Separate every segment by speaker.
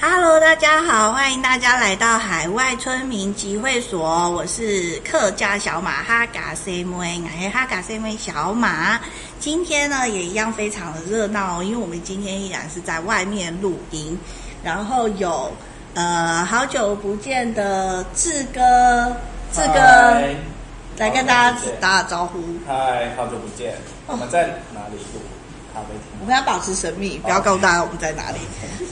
Speaker 1: Hello，大家好，欢迎大家来到海外村民集会所，我是客家小马哈嘎 C M A，哎哈嘎 C M A 小马。今天呢也一样非常的热闹哦，因为我们今天依然是在外面录音，然后有呃好久不见的志哥，志哥
Speaker 2: 嗨
Speaker 1: 来跟大
Speaker 2: 好
Speaker 1: 家
Speaker 2: 久不见
Speaker 1: 打打招呼。
Speaker 2: 嗨，好久不见，我们在哪里录？咖啡厅
Speaker 1: 我
Speaker 2: 吗。
Speaker 1: 们要保持神秘，不要告诉大家我们在哪里。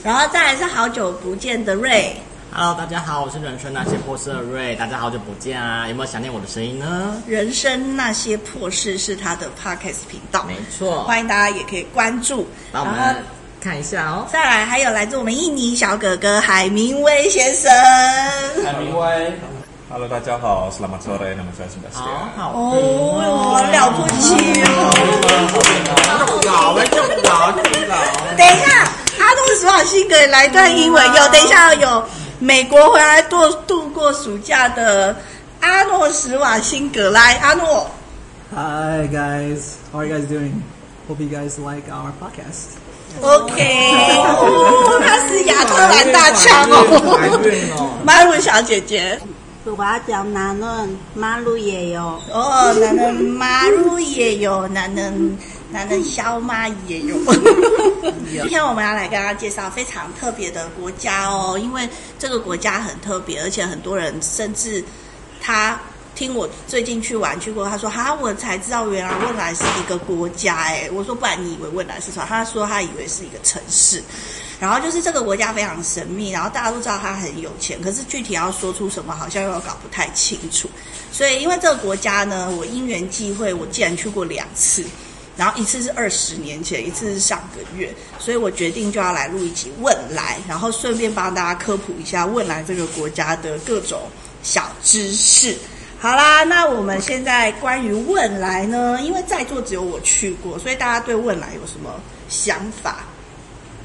Speaker 1: 然后再来是好久不见的瑞。
Speaker 3: Hello，大家好，我是人生那些破事的瑞，大家好久不见啊！有没有想念我的声音呢？
Speaker 1: 人生那些破事是他的 podcast 频道，
Speaker 3: 没错，
Speaker 1: 欢迎大家也可以关注。
Speaker 3: 帮我
Speaker 1: 然
Speaker 3: 们
Speaker 1: 后
Speaker 3: 看一下哦。
Speaker 1: 再来还有来自我们印尼小哥哥海明威先生，
Speaker 2: 海明威，
Speaker 4: Halo 大家好，Selamat sore, nama saya
Speaker 3: 好
Speaker 2: 啊
Speaker 4: Sebastian。
Speaker 3: 好
Speaker 1: 哦，我了不起哦！
Speaker 3: 搞哎，就搞就搞。
Speaker 1: 等一下，阿东史瓦辛格来段英文，有等一下有美国回来度度过暑假的阿诺史瓦辛格来，阿诺。
Speaker 5: Hi guys, how are you guys doing? Hope you guys like our podcast.
Speaker 1: OK，哦，她是亚特兰大腔
Speaker 3: 怀
Speaker 1: 哦，
Speaker 3: 孕哦，
Speaker 1: 马鲁小姐姐，
Speaker 6: 如果要讲男人，马路也有。
Speaker 1: 哦，男人马鲁也有，男人男人小马也有。今天我们要来跟大家介绍非常特别的国家哦，因为这个国家很特别，而且很多人甚至他。听我最近去玩去过，他说哈，我才知道原来汶莱是一个国家哎、我说不然你以为汶莱是什么？他说他以为是一个城市。然后就是这个国家非常神秘，然后大家都知道它很有钱，可是具体要说出什么，好像又搞不太清楚。所以因为这个国家呢，我因缘际会，我竟然去过两次，然后一次是二十年前，一次是上个月，所以我决定就要来录一集汶莱，然后顺便帮大家科普一下汶莱这个国家的各种小知识。好啦，那我们现在关于汶莱呢，因为在座只有我去过，所以大家对汶莱有什么想法？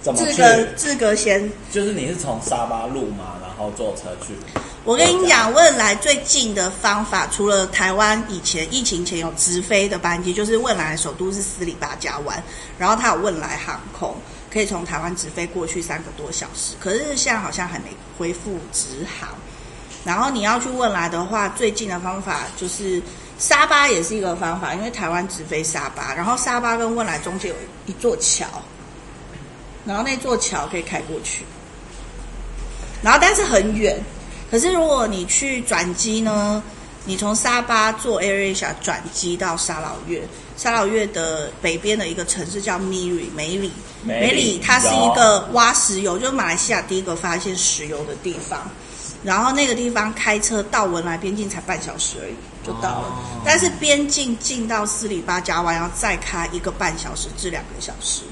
Speaker 2: 怎么
Speaker 1: 志
Speaker 2: 去？
Speaker 1: 哥，志哥先，
Speaker 2: 就是你是从沙巴路嘛，然后坐车去。
Speaker 1: 我跟你讲，汶莱最近的方法，除了台湾以前疫情前有直飞的班机，就是汶莱首都是斯里巴加湾，然后它有汶莱航空，可以从台湾直飞过去三个多小时。可是现在好像还没恢复直航。然后你要去汶莱的话，最近的方法就是沙巴也是一个方法，因为台湾直飞沙巴，然后沙巴跟汶莱中间有一座桥，然后那座桥可以开过去，然后但是很远。可是如果你去转机呢，你从沙巴坐 AirAsia 转机到沙劳越，沙劳越的北边的一个城市叫 Miri 梅里，
Speaker 2: 梅里
Speaker 1: 梅里它是一个挖石油，就是马来西亚第一个发现石油的地方。然后那个地方开车到文莱边境才半小时而已就到了，
Speaker 3: 哦
Speaker 1: 但是边境进到斯里巴加湾要再开一个半小时至两个小时，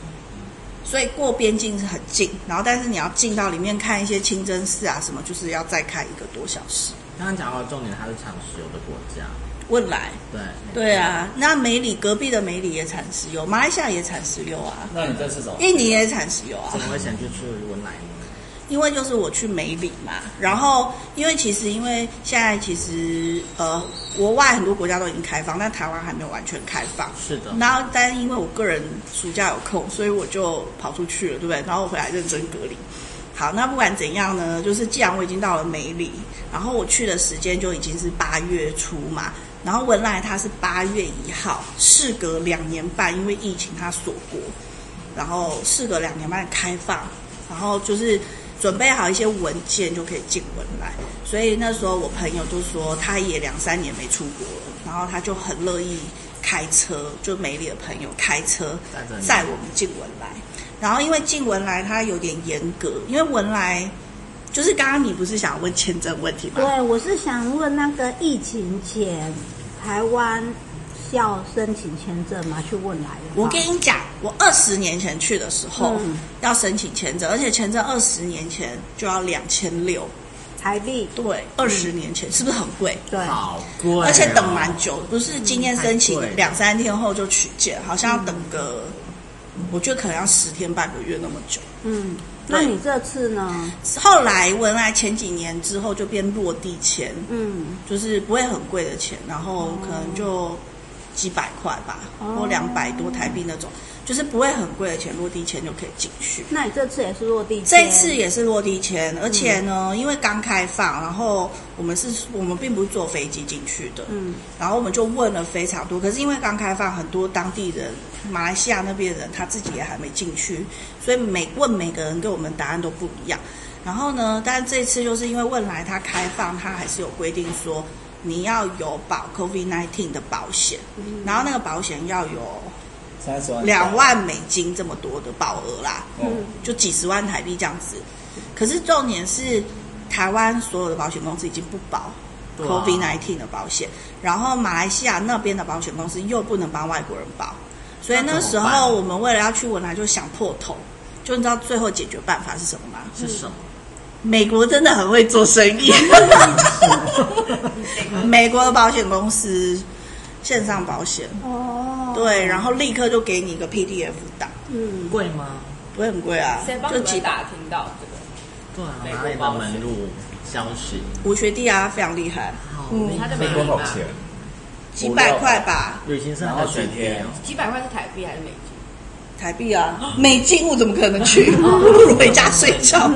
Speaker 1: 所以过边境是很近，然后但是你要进到里面看一些清真寺啊什么，就是要再开一个多小时。
Speaker 3: 刚刚讲到重点，它是产石油的国家，
Speaker 1: 汶莱，
Speaker 3: 对，
Speaker 1: 对啊，那梅里隔壁的梅里也产石油，马来西亚也产石油啊，
Speaker 2: 那你这是什么？
Speaker 1: 印尼也产石油啊
Speaker 3: 怎。么会想去去文莱呢？
Speaker 1: 因为就是我去梅里嘛，然后因为其实因为现在其实呃国外很多国家都已经开放，但台湾还没有完全开放。
Speaker 3: 是的，
Speaker 1: 然后，但因为我个人暑假有空，所以我就跑出去了，对不对？然后我回来认真隔离。好，那不管怎样呢，就是既然我已经到了梅里，然后我去的时间就已经是八月初嘛，然后文莱它是八月一号，事隔两年半，因为疫情它锁国，然后事隔两年半开放，然后就是准备好一些文件就可以进文莱。所以那时候我朋友就说，他也两三年没出国了，然后他就很乐意开车，就美里的朋友开车
Speaker 3: 带
Speaker 6: 嗯
Speaker 3: 着你
Speaker 1: 载我们进文莱。然后因为进文莱它有点严格，因为文莱就是刚刚你不是想问签证问题吗？
Speaker 6: 对，啊我是想问那个疫情前台湾是要申请签证吗？去问来的话
Speaker 1: 我跟你讲，我二十年前去的时候、
Speaker 6: 嗯
Speaker 1: 要申请签证，而且签证二十年前就要两千六，
Speaker 6: 台币
Speaker 1: 对，二十年前、是不是很贵？
Speaker 6: 对，啊
Speaker 3: 好贵哦，
Speaker 1: 而且等蛮久的，不是今天申请
Speaker 3: 太贵了
Speaker 1: 两三天后就取件，好像要等个，我觉得可能要十天半个月那么久。
Speaker 6: 嗯，
Speaker 1: 对
Speaker 6: 那你这次呢？
Speaker 1: 后来文莱前几年之后就变落地签，
Speaker 6: 嗯，
Speaker 1: 就是不会很贵的钱，然后可能就几百块吧，
Speaker 6: 哦
Speaker 1: 或两百多台币那种。就是不会很贵的钱，落地签就可以进去。
Speaker 6: 那你这次也是落地嗯签？
Speaker 1: 这一次也是落地签，而且呢，因为刚开放，然后我们是我们并不是坐飞机进去的，
Speaker 6: 嗯，
Speaker 1: 然后我们就问了非常多，可是因为刚开放，很多当地人，马来西亚那边的人他自己也还没进去，所以每问每个人给我们答案都不一样。然后呢，但这次就是因为汶莱它开放，它还是有规定说你要有保 COVID-19 的保险，
Speaker 6: 嗯
Speaker 1: 然后那个保险要有
Speaker 2: 三十万
Speaker 1: 两万美金这么多的保额啦，
Speaker 3: 哦
Speaker 2: 嗯，
Speaker 1: 就几十万台币这样子。可是重点是，台湾所有的保险公司已经不保
Speaker 3: 对啊
Speaker 1: COVID 1 9的保险，然后马来西亚那边的保险公司又不能帮外国人保，所以那时
Speaker 3: 那怎么
Speaker 1: 候
Speaker 3: 办
Speaker 1: 我们为了要去文莱就想破头，就你知道最后解决办法是什么吗？
Speaker 3: 是什么？
Speaker 1: 美国真的很会做生 意，美国的保险公司线上保险，
Speaker 6: 哦，
Speaker 1: 对，然后立刻就给你一个 PDF 档，
Speaker 6: 嗯，
Speaker 3: 贵吗？
Speaker 1: 不会很贵啊
Speaker 7: 谁，帮
Speaker 1: 就
Speaker 7: 你
Speaker 1: 几
Speaker 7: 们打听到这个？
Speaker 3: 对啊，
Speaker 7: 美国
Speaker 3: 哪里的门路消息？
Speaker 1: 我学弟啊，非常厉害，
Speaker 3: 好
Speaker 1: 嗯
Speaker 3: 厉害
Speaker 7: 他在美
Speaker 4: 美
Speaker 7: 国
Speaker 4: 国
Speaker 7: 吧
Speaker 4: 好钱，
Speaker 1: 几百块吧，
Speaker 3: 旅行社还在选
Speaker 2: 然
Speaker 3: 店
Speaker 2: 后，
Speaker 7: 几百块是台币还是美金？
Speaker 1: 台币 啊，美金我怎么可能去？不如回家睡觉。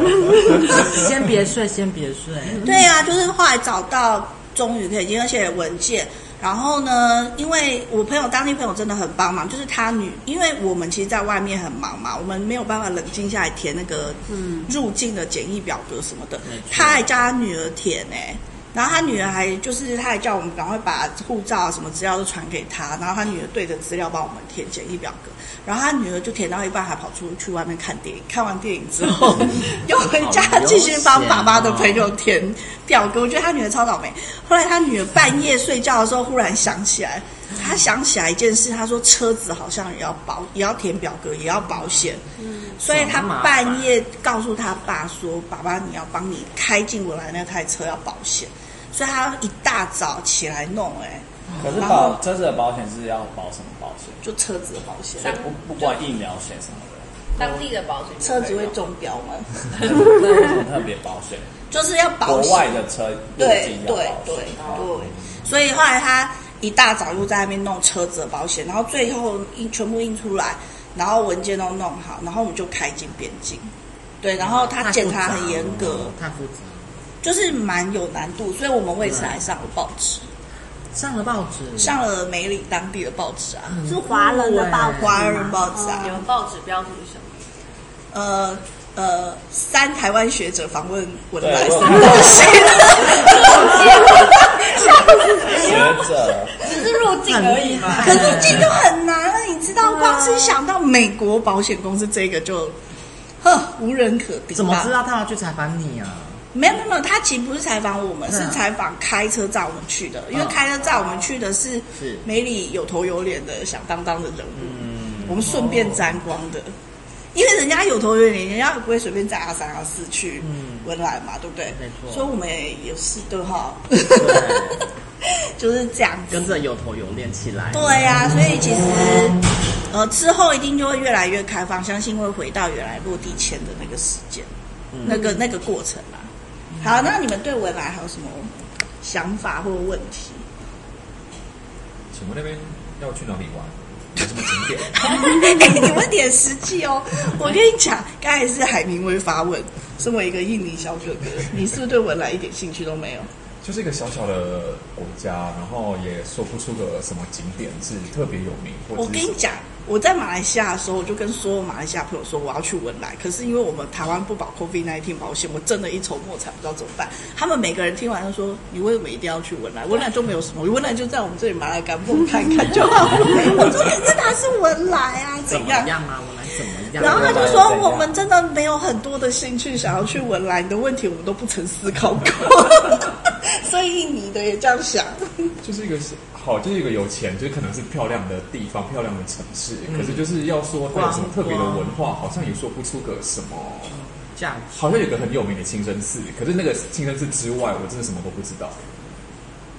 Speaker 3: 先别睡，先别睡。
Speaker 1: 对啊，就是后来找到，终于可以进，而且文件。然后呢，因为我朋友当地朋友真的很帮忙，就是他女，因为我们其实在外面很忙嘛，我们没有办法冷静下来填那个
Speaker 6: 嗯
Speaker 1: 入境的检疫表格什么的
Speaker 3: 没错，
Speaker 1: 他还叫他女儿填哎、然后他女儿还就是，他还叫我们赶快把护照啊什么资料都传给他，然后他女儿对着资料帮我们填简易表格，然后他女儿就填到一半还跑出去外面看电影，看完电影之后 又回家继续帮爸爸的
Speaker 2: 啊
Speaker 1: 朋友填表格，我觉得他女儿超倒霉。后来他女儿半夜睡觉的时候忽然想起来，她想起来一件事，她说车子好像也要保，也要填表格，也要保险，
Speaker 2: 嗯
Speaker 1: 所以他半夜告诉他爸说：“爸爸，你要帮你开进我来那台车要保险。”所以他一大早起来弄、哎，
Speaker 2: 可是保车子的保险是要保什么保险？
Speaker 1: 就车子的保险，
Speaker 2: 所以不不管疫苗险什么 的，
Speaker 7: 当地的保险
Speaker 1: 车子会中标吗？
Speaker 2: 那有什么特别保险？
Speaker 1: 就是要保
Speaker 2: 国
Speaker 1: 险。
Speaker 2: 外的车入
Speaker 1: 对
Speaker 2: 境
Speaker 1: 对
Speaker 2: 要保
Speaker 1: 对
Speaker 2: 险。
Speaker 1: 对，所以后来他一大早就在那边弄车子的保险，然后最后印全部印出来，然后文件都弄好，然后我们就开进边境。对，然后他哦检查很严格，
Speaker 3: 太复杂了。
Speaker 1: 就是蛮有难度，所以我们为此还上了报纸，
Speaker 3: 上了报纸，
Speaker 1: 上了美里当地的报纸啊，
Speaker 6: 是华人的报纸吗，
Speaker 1: 华人报纸
Speaker 7: 你
Speaker 1: 啊，
Speaker 6: 哦
Speaker 7: 们报纸标题是什么？
Speaker 1: 呃呃，三台湾学者访问文
Speaker 2: 对
Speaker 1: 莱
Speaker 2: 我有
Speaker 1: 什
Speaker 2: 看
Speaker 1: 么东西？
Speaker 2: 学 者
Speaker 7: 只是入境而已
Speaker 3: 哎
Speaker 7: 嘛。
Speaker 1: 可是这就很难了，你知道，光是想到美国保险公司这个就，呵，无人可敌吧。
Speaker 3: 怎么知道他要去采访你啊？
Speaker 1: 没有没有没有，他其实不是采访我们，
Speaker 3: 嗯
Speaker 1: 是采访开车载我们去的，因为
Speaker 3: 嗯哦
Speaker 1: 开车载我们去的是
Speaker 3: 是
Speaker 1: 梅里有头有脸的响当当的人物，
Speaker 3: 嗯
Speaker 1: 我们顺便沾光的。因为人家有头有脸，人家也不会随便载阿三阿四去
Speaker 3: 嗯
Speaker 1: 文莱嘛，对不对？
Speaker 3: 没错
Speaker 1: 所以我们也有事对哈，
Speaker 3: 对
Speaker 1: 就是这样子。
Speaker 3: 跟着有头有脸起来。
Speaker 1: 对呀、所以其实呃之后一定就会越来越开放，相信会回到原来落地签的那个时间，那个那个过程啦。好，那你们对文莱还有什么想法或问题？
Speaker 4: 请问那边要去哪里玩？有什么景点？
Speaker 1: 哎、你们点实际哦。我跟你讲，刚才是海明威发问，身为一个印尼小哥哥，你是不是对文莱一点兴趣都没有？
Speaker 4: 就是一个小小的国家，然后也说不出个什么景点是特别有名。或者
Speaker 1: 我
Speaker 4: 是
Speaker 1: 跟你讲，我在马来西亚的时候，我就跟所有马来西亚朋友说我要去文莱，可是因为我们台湾不保 COVID 1 9保险，我真的一筹莫展，不知道怎么办。他们每个人听完都说：“你为什么一定要去文莱？文莱就没有什么，文莱就在我们这里马来甘蹦看看就好 了。”我说：“可是它是文莱啊，
Speaker 3: 怎
Speaker 1: 怎
Speaker 3: 么
Speaker 1: 样？”
Speaker 3: 样啊？我来怎么 样？
Speaker 1: 然后他就
Speaker 2: 文莱
Speaker 1: 说
Speaker 2: 怎：“样
Speaker 1: 我们真的没有很多的兴趣想要去文莱，你的问题我们都不曾思考过。” 所以印尼的也这样想。
Speaker 4: 就是一个是好，就是一个有钱，就是可能是漂亮的地方、漂亮的城市，
Speaker 1: 嗯
Speaker 4: 可是就是要说它有什么特别的文化，好像也说不出个什么。
Speaker 3: 这样
Speaker 4: 好像有个很有名的清真寺，可是那个清真寺之外，我真的什么都不知道。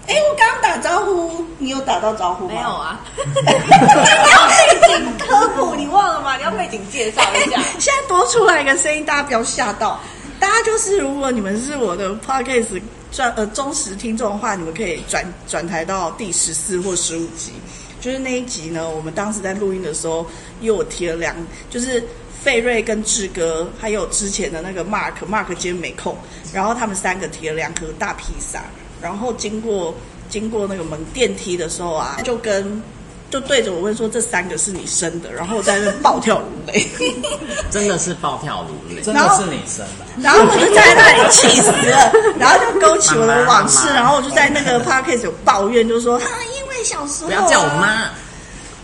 Speaker 1: 哎，我刚刚打招呼，你有打到招呼吗？
Speaker 7: 没有啊，你要背景科普，你忘了吗？你要背景介绍一下。
Speaker 1: 现在多出来一个声音，大家不要吓到。大家就是，如果你们是我的 podcast 专呃忠实听众的话，你们可以转转台到第十四或十五集，就是那一集呢，我们当时在录音的时候，因为我提了两，就是费瑞跟志哥，还有之前的那个 Mark，Mark 今天没空，然后他们三个提了两颗大披萨，然后经过经过那个门电梯的时候啊，就跟。就对着我问说这三个是你生的，然后我在那边暴跳如雷，
Speaker 3: 真的是暴跳如雷。
Speaker 1: 真
Speaker 2: 真的是你生
Speaker 3: 啊
Speaker 2: 的，
Speaker 1: 然后我就在那里气死了，然后就勾起我的往事，
Speaker 3: 妈妈
Speaker 1: 然后我就在那 个 podcast 有抱怨，就说啊，因为小时候、啊、
Speaker 3: 不要叫我妈，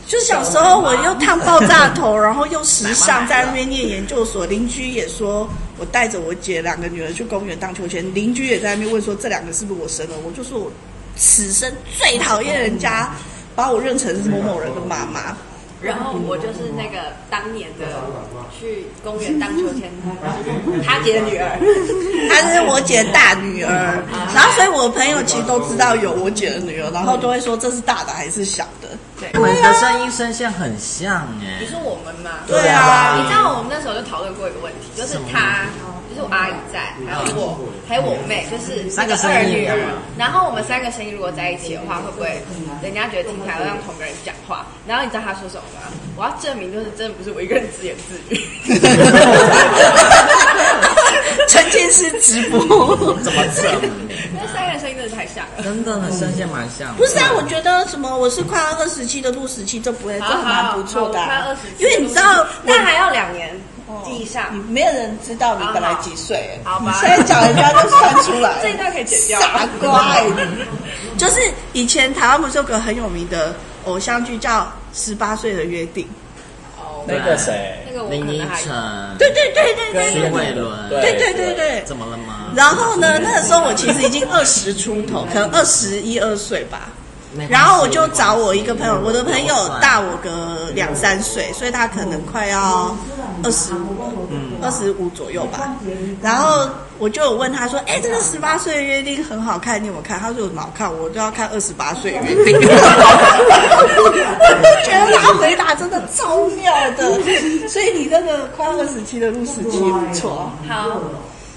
Speaker 1: 就小时候我又烫爆炸头，然后又时尚，在那边念研究所。邻居也说我带着我姐两个女儿去公园荡秋千，邻居也在那边问说这两个是不是我生的，我就说我此生最讨厌人家把我认成是某某人的妈妈。
Speaker 7: 然后我就是那
Speaker 1: 嗯
Speaker 7: 个当年的去公园荡秋 千，他姐的女儿，
Speaker 1: 她是我姐的大女儿，然后所以我朋友其实都知道有我姐的女儿，然后都会说这是大的还是小的。
Speaker 3: 你
Speaker 1: 啊
Speaker 3: 们的声音声线很像哎
Speaker 7: 你、说我们吗？
Speaker 1: 对啊
Speaker 7: 你知道我们那时候就讨论过一个问题，就是他，就是我阿姨在，还有我，
Speaker 1: 嗯
Speaker 7: 还有我妹，就是
Speaker 3: 三个声
Speaker 7: 二
Speaker 3: 音一
Speaker 7: 女
Speaker 3: 样
Speaker 7: 儿
Speaker 1: 啊
Speaker 3: 吗。
Speaker 7: 然后我们三个声音如果在一起的话，会不会人家觉得听起来都像同个人讲话？然后你知道他说什么吗？我要证明，就是真的不是我一个人自言自 语。
Speaker 1: 陈建是直播，
Speaker 3: 怎么证明？
Speaker 7: 那三个人声音真的太像了。
Speaker 3: 真的很声线蛮像。
Speaker 1: 不是啊，我觉得什么我是快要二十七的录十七，这不会，这
Speaker 7: 好
Speaker 1: 蛮
Speaker 7: 好，
Speaker 1: 不错的
Speaker 7: 好
Speaker 1: 啊、
Speaker 7: 我快27
Speaker 1: 因为你知道，
Speaker 7: 那还要两年以上。
Speaker 1: 你没有人知道你本来几岁、欸，
Speaker 7: 好好，
Speaker 1: 你现在讲人家就算出来
Speaker 7: 这一段可以剪掉
Speaker 1: 傻瓜、欸你就是以前台湾不是有个很有名的偶像剧叫《十八岁的约定》？
Speaker 7: 哦，
Speaker 2: 那个谁，
Speaker 7: 那个我
Speaker 3: 林
Speaker 7: 可
Speaker 3: 依
Speaker 7: 能还
Speaker 3: 晨、
Speaker 1: 对对对对对
Speaker 3: 苏慧伦，
Speaker 1: 对对对对。
Speaker 3: 怎么了吗？
Speaker 1: 然后呢，那个时候我其实已经二十出头，可能二十一二岁吧。
Speaker 3: 没关系
Speaker 1: 然后我就找我一个朋友，我的朋友大我个两三岁，所以他可能快要二十五，嗯二十五左右吧。然后我就有问他说：“哎，这个十八岁的约定很好看，你有没有看？”他说：“有什么好看？我都要看二十八岁的约定。” 我就觉得他回答真的超妙的，所以你那个快二十七的入十七不错，
Speaker 7: 好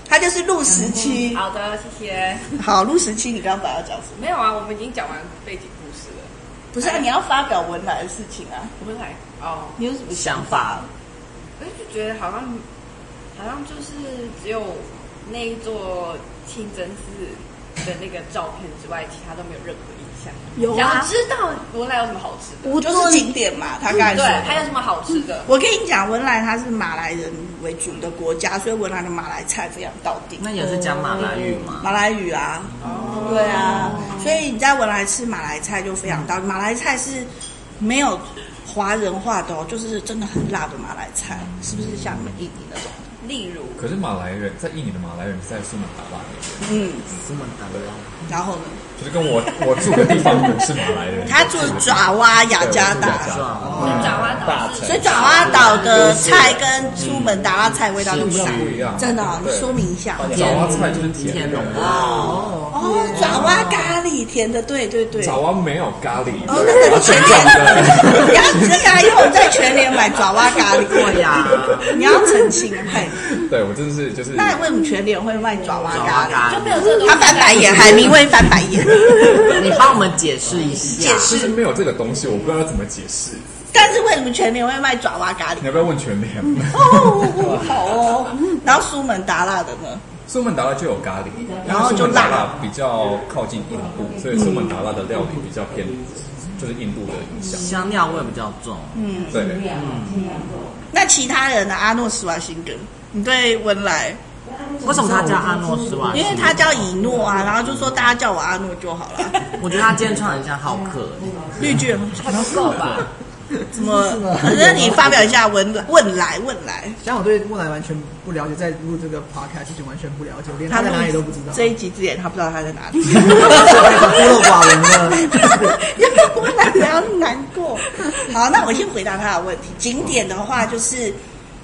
Speaker 1: 他就是入十七。
Speaker 7: 好的，谢谢。
Speaker 1: 好，入十七，你刚刚本来要讲什么？
Speaker 7: 没有啊，我们已经讲完背景故事了。
Speaker 1: 不是、啊，你要发表文来的事情啊？
Speaker 7: 我们来哦，
Speaker 1: 你有什么想法？
Speaker 7: 我就觉得好像好像就是只有那一座清真寺的那个照片之外，其他都没有任何印象。
Speaker 6: 有
Speaker 7: 想
Speaker 6: 啊，
Speaker 7: 知道文莱有什么好吃的？
Speaker 6: 吴
Speaker 1: 就是
Speaker 6: 尊
Speaker 1: 景点嘛，他刚才说
Speaker 7: 对，还
Speaker 1: 的。
Speaker 7: 有什么好吃的？
Speaker 1: 我跟你讲，文莱它是马来人为主的国家，所以文莱的马来菜非常到底。
Speaker 3: 那也是讲马来语吗？
Speaker 1: 马来语啊，嗯对啊，所以你在文莱吃马来菜就非常到底。马来菜是没有华人化的哦，就是真的很辣的马来菜，是不是像你们印尼那种？
Speaker 7: 例如，
Speaker 4: 可是马来人在印尼的马来人是在苏门答腊那边，
Speaker 1: 嗯，
Speaker 3: 这么打的，
Speaker 1: 然后呢，
Speaker 4: 就是跟我我住的地方的是马来 人。
Speaker 1: 他住爪哇雅加
Speaker 4: 对我住
Speaker 1: 达
Speaker 4: 雅。
Speaker 3: 是吧？
Speaker 7: 爪哇岛
Speaker 2: 大
Speaker 7: 是
Speaker 2: 城
Speaker 1: 所以爪哇岛的菜跟苏门答腊菜味道就不一样
Speaker 4: 是不一样
Speaker 1: 真的哦，你
Speaker 4: 对
Speaker 1: 说明一下。
Speaker 4: 爪
Speaker 3: 啊
Speaker 4: 哇菜就是甜
Speaker 3: 天
Speaker 4: 的
Speaker 3: 龙，哦，
Speaker 1: 哦，爪哇咖喱甜的，对对对。
Speaker 4: 爪
Speaker 1: 哦，
Speaker 4: 哇没有咖喱，
Speaker 1: 那个
Speaker 4: 它
Speaker 1: 你全
Speaker 4: 是
Speaker 1: 联，
Speaker 4: 酱
Speaker 1: 你要这个啊，因为我在全联买爪哇咖喱。
Speaker 3: 对呀
Speaker 1: 你要澄清，嘿，
Speaker 4: 的。对我真的是就是
Speaker 1: 那为什么全联会卖爪哇咖喱？
Speaker 7: 就没有这个东西。
Speaker 1: 他翻白眼，海明威翻白眼。
Speaker 3: 你帮我们解释一下。
Speaker 1: 解
Speaker 4: 就是
Speaker 1: 释，
Speaker 4: 没有这个东西，我不知道要怎么解释。
Speaker 1: 但是为什么全联会卖爪哇咖喱
Speaker 4: 你？要不要问全联？
Speaker 1: 哦，好哦。然后苏门答腊的呢？
Speaker 4: 苏门答腊就有咖喱，
Speaker 1: 然后就
Speaker 4: 因为苏门
Speaker 1: 辣
Speaker 4: 答腊比较靠近印度，所以苏门答腊的料理比较偏就是印度的影响。
Speaker 3: 香料味比较重，
Speaker 1: 嗯
Speaker 4: 对，
Speaker 1: 那其他人呢？阿诺斯瓦辛格，你对文莱？
Speaker 3: 为什么他叫阿诺斯瓦辛
Speaker 1: 因为他叫以诺啊，然后就说大家叫我阿诺就好了。
Speaker 3: 我觉得他今天穿得很像浩克，
Speaker 1: 绿巨人
Speaker 7: 还不够吧？
Speaker 1: 怎么？反正你发表一下文问来问来，
Speaker 5: 像我对木兰完全不了解，在录这个 podcast 之前完全不了解，我连
Speaker 1: 他
Speaker 5: 他在哪里都不知道。
Speaker 1: 这一集之前他不知道他在哪里。
Speaker 5: 孤陋寡闻了。
Speaker 1: 要不然文莱不要难过。好，那我先回答他的问题。景点的话，就是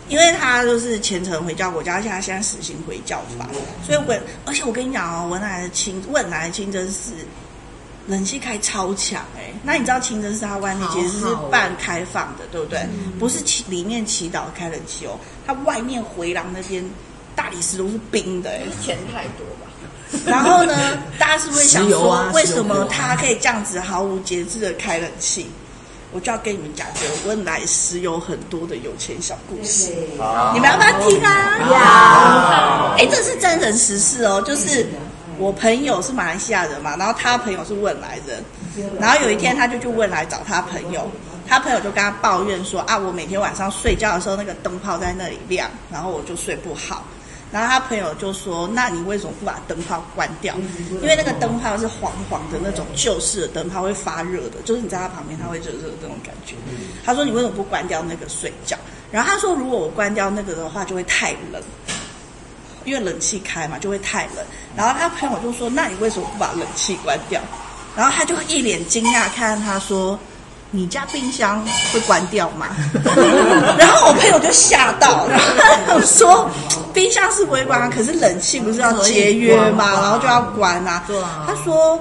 Speaker 1: 因为他就是虔诚回教国家，而且他现在实行回教法，所以文而且我跟你讲哦，文莱的清汶莱的清真寺人气开超强哎、那你知道清真寺它外面其实是半开放的，对不对？
Speaker 5: 嗯
Speaker 1: 不是祈里面祈祷开冷气哦，它外面回廊那边大理石都是冰的哎、
Speaker 7: 钱太多吧？
Speaker 1: 然后呢，大家是不是想
Speaker 3: 石油
Speaker 1: 说
Speaker 3: 啊，
Speaker 1: 为什么
Speaker 3: 石油
Speaker 1: 他可以这样子毫无节制的开冷气？我就要跟你们讲这个温莱斯有很多的有钱小故事，
Speaker 2: 好
Speaker 1: 你们要不要听啊？
Speaker 6: 呀
Speaker 1: 哎，这是真人实事哦，就是我朋友是马来西亚人嘛，然后他朋友是汶莱人，然后有一天他就去汶莱找他朋友，他朋友就跟他抱怨说啊，我每天晚上睡觉的时候那个灯泡在那里亮，然后我就睡不好。然后他朋友就说：“那你为什么不把灯泡关掉？因为那个灯泡是黄黄的那种旧式的灯泡，会发热的，就是你在它旁边，它会热热的那种感觉。”他说：“你为什么不关掉那个睡觉？”然后他说：“如果我关掉那个的话，就会太冷。”因为冷气开嘛，就会太冷。然后他朋友就说：“那你为什么不把冷气关掉？”然后他就一脸惊讶看着他说：“你家冰箱会关掉吗？” 然后我朋友就吓到，然后他就 说：“冰箱是不会关啊，可是冷气不是要节约吗？然后就要关啊。”
Speaker 5: 对啊
Speaker 1: 他说。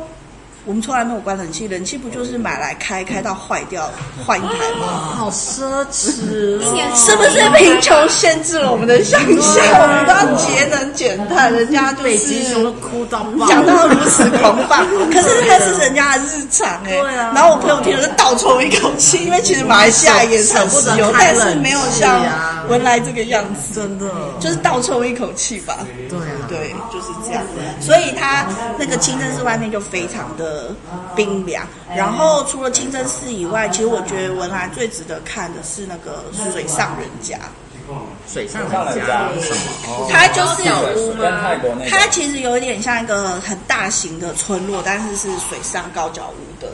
Speaker 1: 我们从来没有关冷气，冷气不就是买来开开到坏掉换一台吗？
Speaker 5: 好奢侈哦！
Speaker 1: 是不是贫穷限制了我们的想象？我们都要节能减碳，人家就是
Speaker 5: 北极熊都哭到爆，
Speaker 1: 讲到如此狂放，可是那是人家的日常哎、
Speaker 5: 对啊
Speaker 1: 然后我朋友听了就倒抽一口气，因为其实马来西亚也是很石油，
Speaker 5: 舍不得开
Speaker 1: 但
Speaker 5: 冷气啊
Speaker 1: 是没有像文莱这个样子，
Speaker 5: 啊真的，
Speaker 1: 就是倒抽一口气吧。
Speaker 5: 对啊，
Speaker 1: 对，就是这样。所以它那个清真寺外面就非常的冰凉。然后除了清真寺以外，其实我觉得文莱最值得看的是那个水上人家，
Speaker 3: 水上
Speaker 2: 上人
Speaker 3: 人
Speaker 2: 家
Speaker 3: 家，
Speaker 1: 它就是
Speaker 7: 小屋
Speaker 2: 跟泰
Speaker 7: 吗？
Speaker 2: 国那
Speaker 1: 它
Speaker 2: 个
Speaker 1: 其实有一点像一个很大型的村落，但是是水上高脚屋的。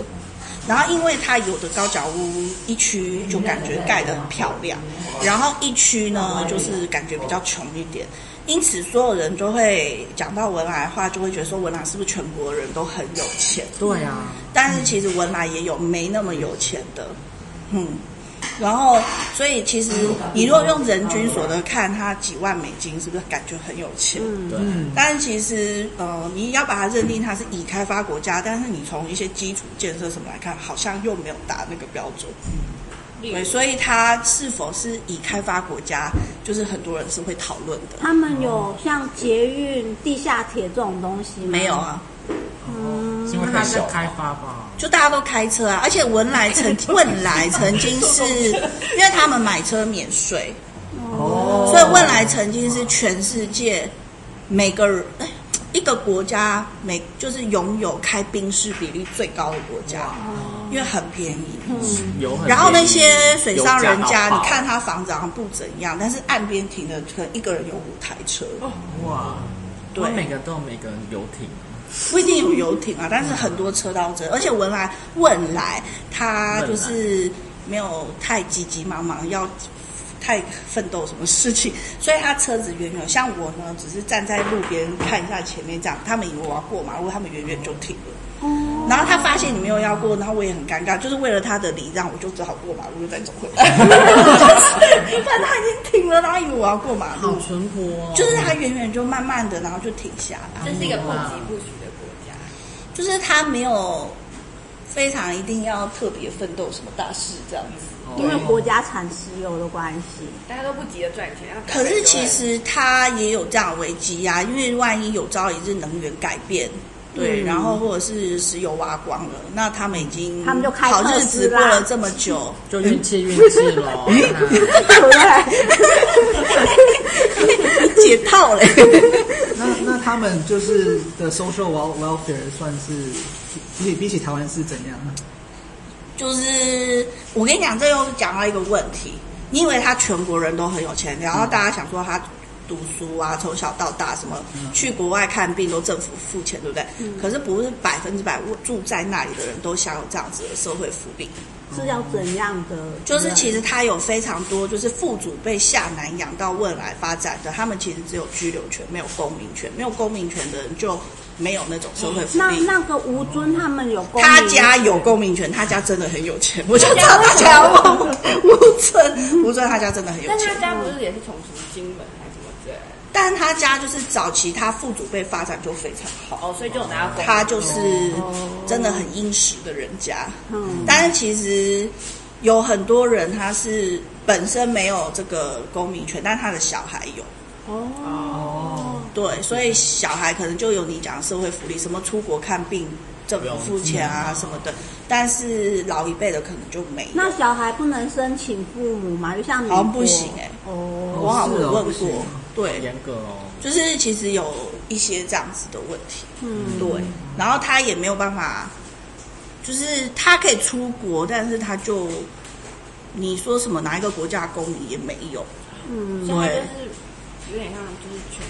Speaker 1: 然后，因为它有的高脚屋一区就感觉盖得很漂亮，然后一区呢就是感觉比较穷一点，因此所有人就会讲到文莱的话，就会觉得说文莱是不是全国人都很有钱？嗯
Speaker 5: 对啊，
Speaker 1: 但是其实文莱也有没那么有钱的，嗯，然后所以其实你如果用人均所得看，它几万美金是不是感觉很有钱？
Speaker 3: 对，啊
Speaker 1: 但其实，呃，你要把它认定它是已开发国家，但是你从一些基础建设什么来看，好像又没有达那个标准。对，所以它是否是已开发国家，就是很多人是会讨论的。
Speaker 6: 他们有像捷运、地下铁这种东西吗？嗯
Speaker 1: 没有，啊，
Speaker 3: 是因为
Speaker 5: 他
Speaker 3: 太
Speaker 5: 在
Speaker 3: 小了，
Speaker 5: 开发吧？
Speaker 1: 就大家都开车啊，而且文莱曾汶莱曾经是，因为他们买车免税，
Speaker 5: 哦
Speaker 1: 所以汶莱曾经是全世界每个人哎一个国家每就是拥有开宾士比例最高的国家，因为很便宜。
Speaker 3: 有很
Speaker 1: 然后那
Speaker 3: 便宜
Speaker 1: 些水上人家，
Speaker 3: 油价到
Speaker 1: 你
Speaker 3: 爆
Speaker 1: 看他房子好像不怎样，但是岸边停的可能一个人有五台车，
Speaker 5: 哇，
Speaker 1: 对
Speaker 3: 每个都有每个游艇，
Speaker 1: 不一定有游艇啊，但是很多车到这，而且文莱汶莱他就是没有太急急忙忙要。太奋斗什么事情，所以他车子远远，像我呢，只是站在路边看一下前面这样，他们以为我要过马路，他们远远就停了。然后他发现你没有要过，然后我也很尴尬，就是为了他的礼让，我就只好过马路又再走回来。 就是反正他已经停了，然后以为我要过马路
Speaker 5: 好，淳朴哦，
Speaker 1: 就是他远远就慢慢的，然后就停下来，
Speaker 7: 这是一个不疾不徐的国家。
Speaker 1: 就是他没有非常一定要特别奋斗什么大事这样子。
Speaker 6: 因为国家产石油的关系。
Speaker 7: 大家都不急着赚钱，要赶
Speaker 1: 可是其
Speaker 7: 快
Speaker 1: 实他也有这样的危机呀、因为万一有朝一日能源改变。对，然后或者是石油挖光了，那他们已经
Speaker 6: 他们就开
Speaker 1: 好
Speaker 6: 特
Speaker 1: 日
Speaker 6: 斯
Speaker 1: 子过
Speaker 6: 拉
Speaker 1: 了这么久，
Speaker 5: 就运气运气 喽。
Speaker 1: 解套嘞。
Speaker 5: 那那他们就是的 social wel- welfare 算是比比起台湾是怎样？
Speaker 1: 就是我跟你讲，这又讲到一个问题。你以为他全国人都很有钱，然后大家想说他读书啊，从小到大什么去国外看病都政府付钱，对不对？可是不是百分之百住在那里的人都享有这样子的社会福利。
Speaker 6: 是要怎样的？
Speaker 1: 就是
Speaker 6: 嗯
Speaker 1: 其实他有非常多，就是父主被下南洋到汶莱发展的，他们其实只有居留权，没有公民权，没有公民权的人就没有那种社会福
Speaker 6: 那
Speaker 1: 利。
Speaker 6: 那个吴尊他们有公民
Speaker 1: 他家有公民权，他家真的很有钱，我就知道他家要问我吴尊，吴尊他家真的很有
Speaker 7: 但
Speaker 1: 钱
Speaker 7: 他，家不是也是从什么金门还是什么之类的？
Speaker 1: 但他家就是早期他父祖辈发展就非常好，
Speaker 7: 哦，所以就有拿到公
Speaker 1: 他就是真的很殷实的人家。
Speaker 6: 嗯，
Speaker 1: 但是其实有很多人他是本身没有这个公民权，但他的小孩有。
Speaker 6: 哦，
Speaker 1: 对，所以小孩可能就有你讲的社会福利，什么出国看病政府付钱啊什么的，但是老一辈的可能就没有。
Speaker 6: 那小孩不能申请父母嘛？就像美国
Speaker 1: 好像不行哎
Speaker 6: 哦，
Speaker 1: 我好像
Speaker 5: 是哦
Speaker 1: 有问
Speaker 5: 不行
Speaker 1: 过，对，
Speaker 3: 严格哦。
Speaker 1: 就是其实有一些这样子的问题，
Speaker 6: 嗯，
Speaker 1: 对，然后他也没有办法，就是他可以出国，但是他就你说什么哪一个国家公民也没有，
Speaker 6: 嗯，
Speaker 7: 所以它就是有点像就是全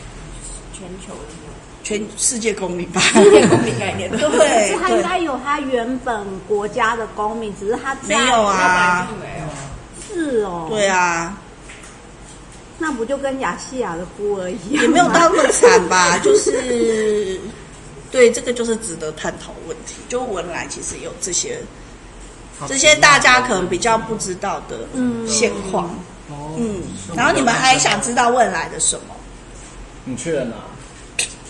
Speaker 7: 全球的那
Speaker 1: 全世界公民吧？
Speaker 7: 种世界公民概 念。
Speaker 1: 对
Speaker 6: 是他应
Speaker 1: 对，
Speaker 6: 该有他原本国家的公民，只是他在
Speaker 1: 没有啊
Speaker 7: 那本来就没有。
Speaker 6: 是哦，
Speaker 1: 对，啊，
Speaker 6: 那不就跟亚细亚的孤儿一样吗？
Speaker 1: 也没有到那么惨吧，就是对这个就是值得探讨的问题。就文莱其实有这些这些大家可能比较不知道的
Speaker 6: 嗯
Speaker 1: 现况，
Speaker 5: 哦
Speaker 1: 嗯，然后你们还想知道未来的什么？
Speaker 2: 你去了哪？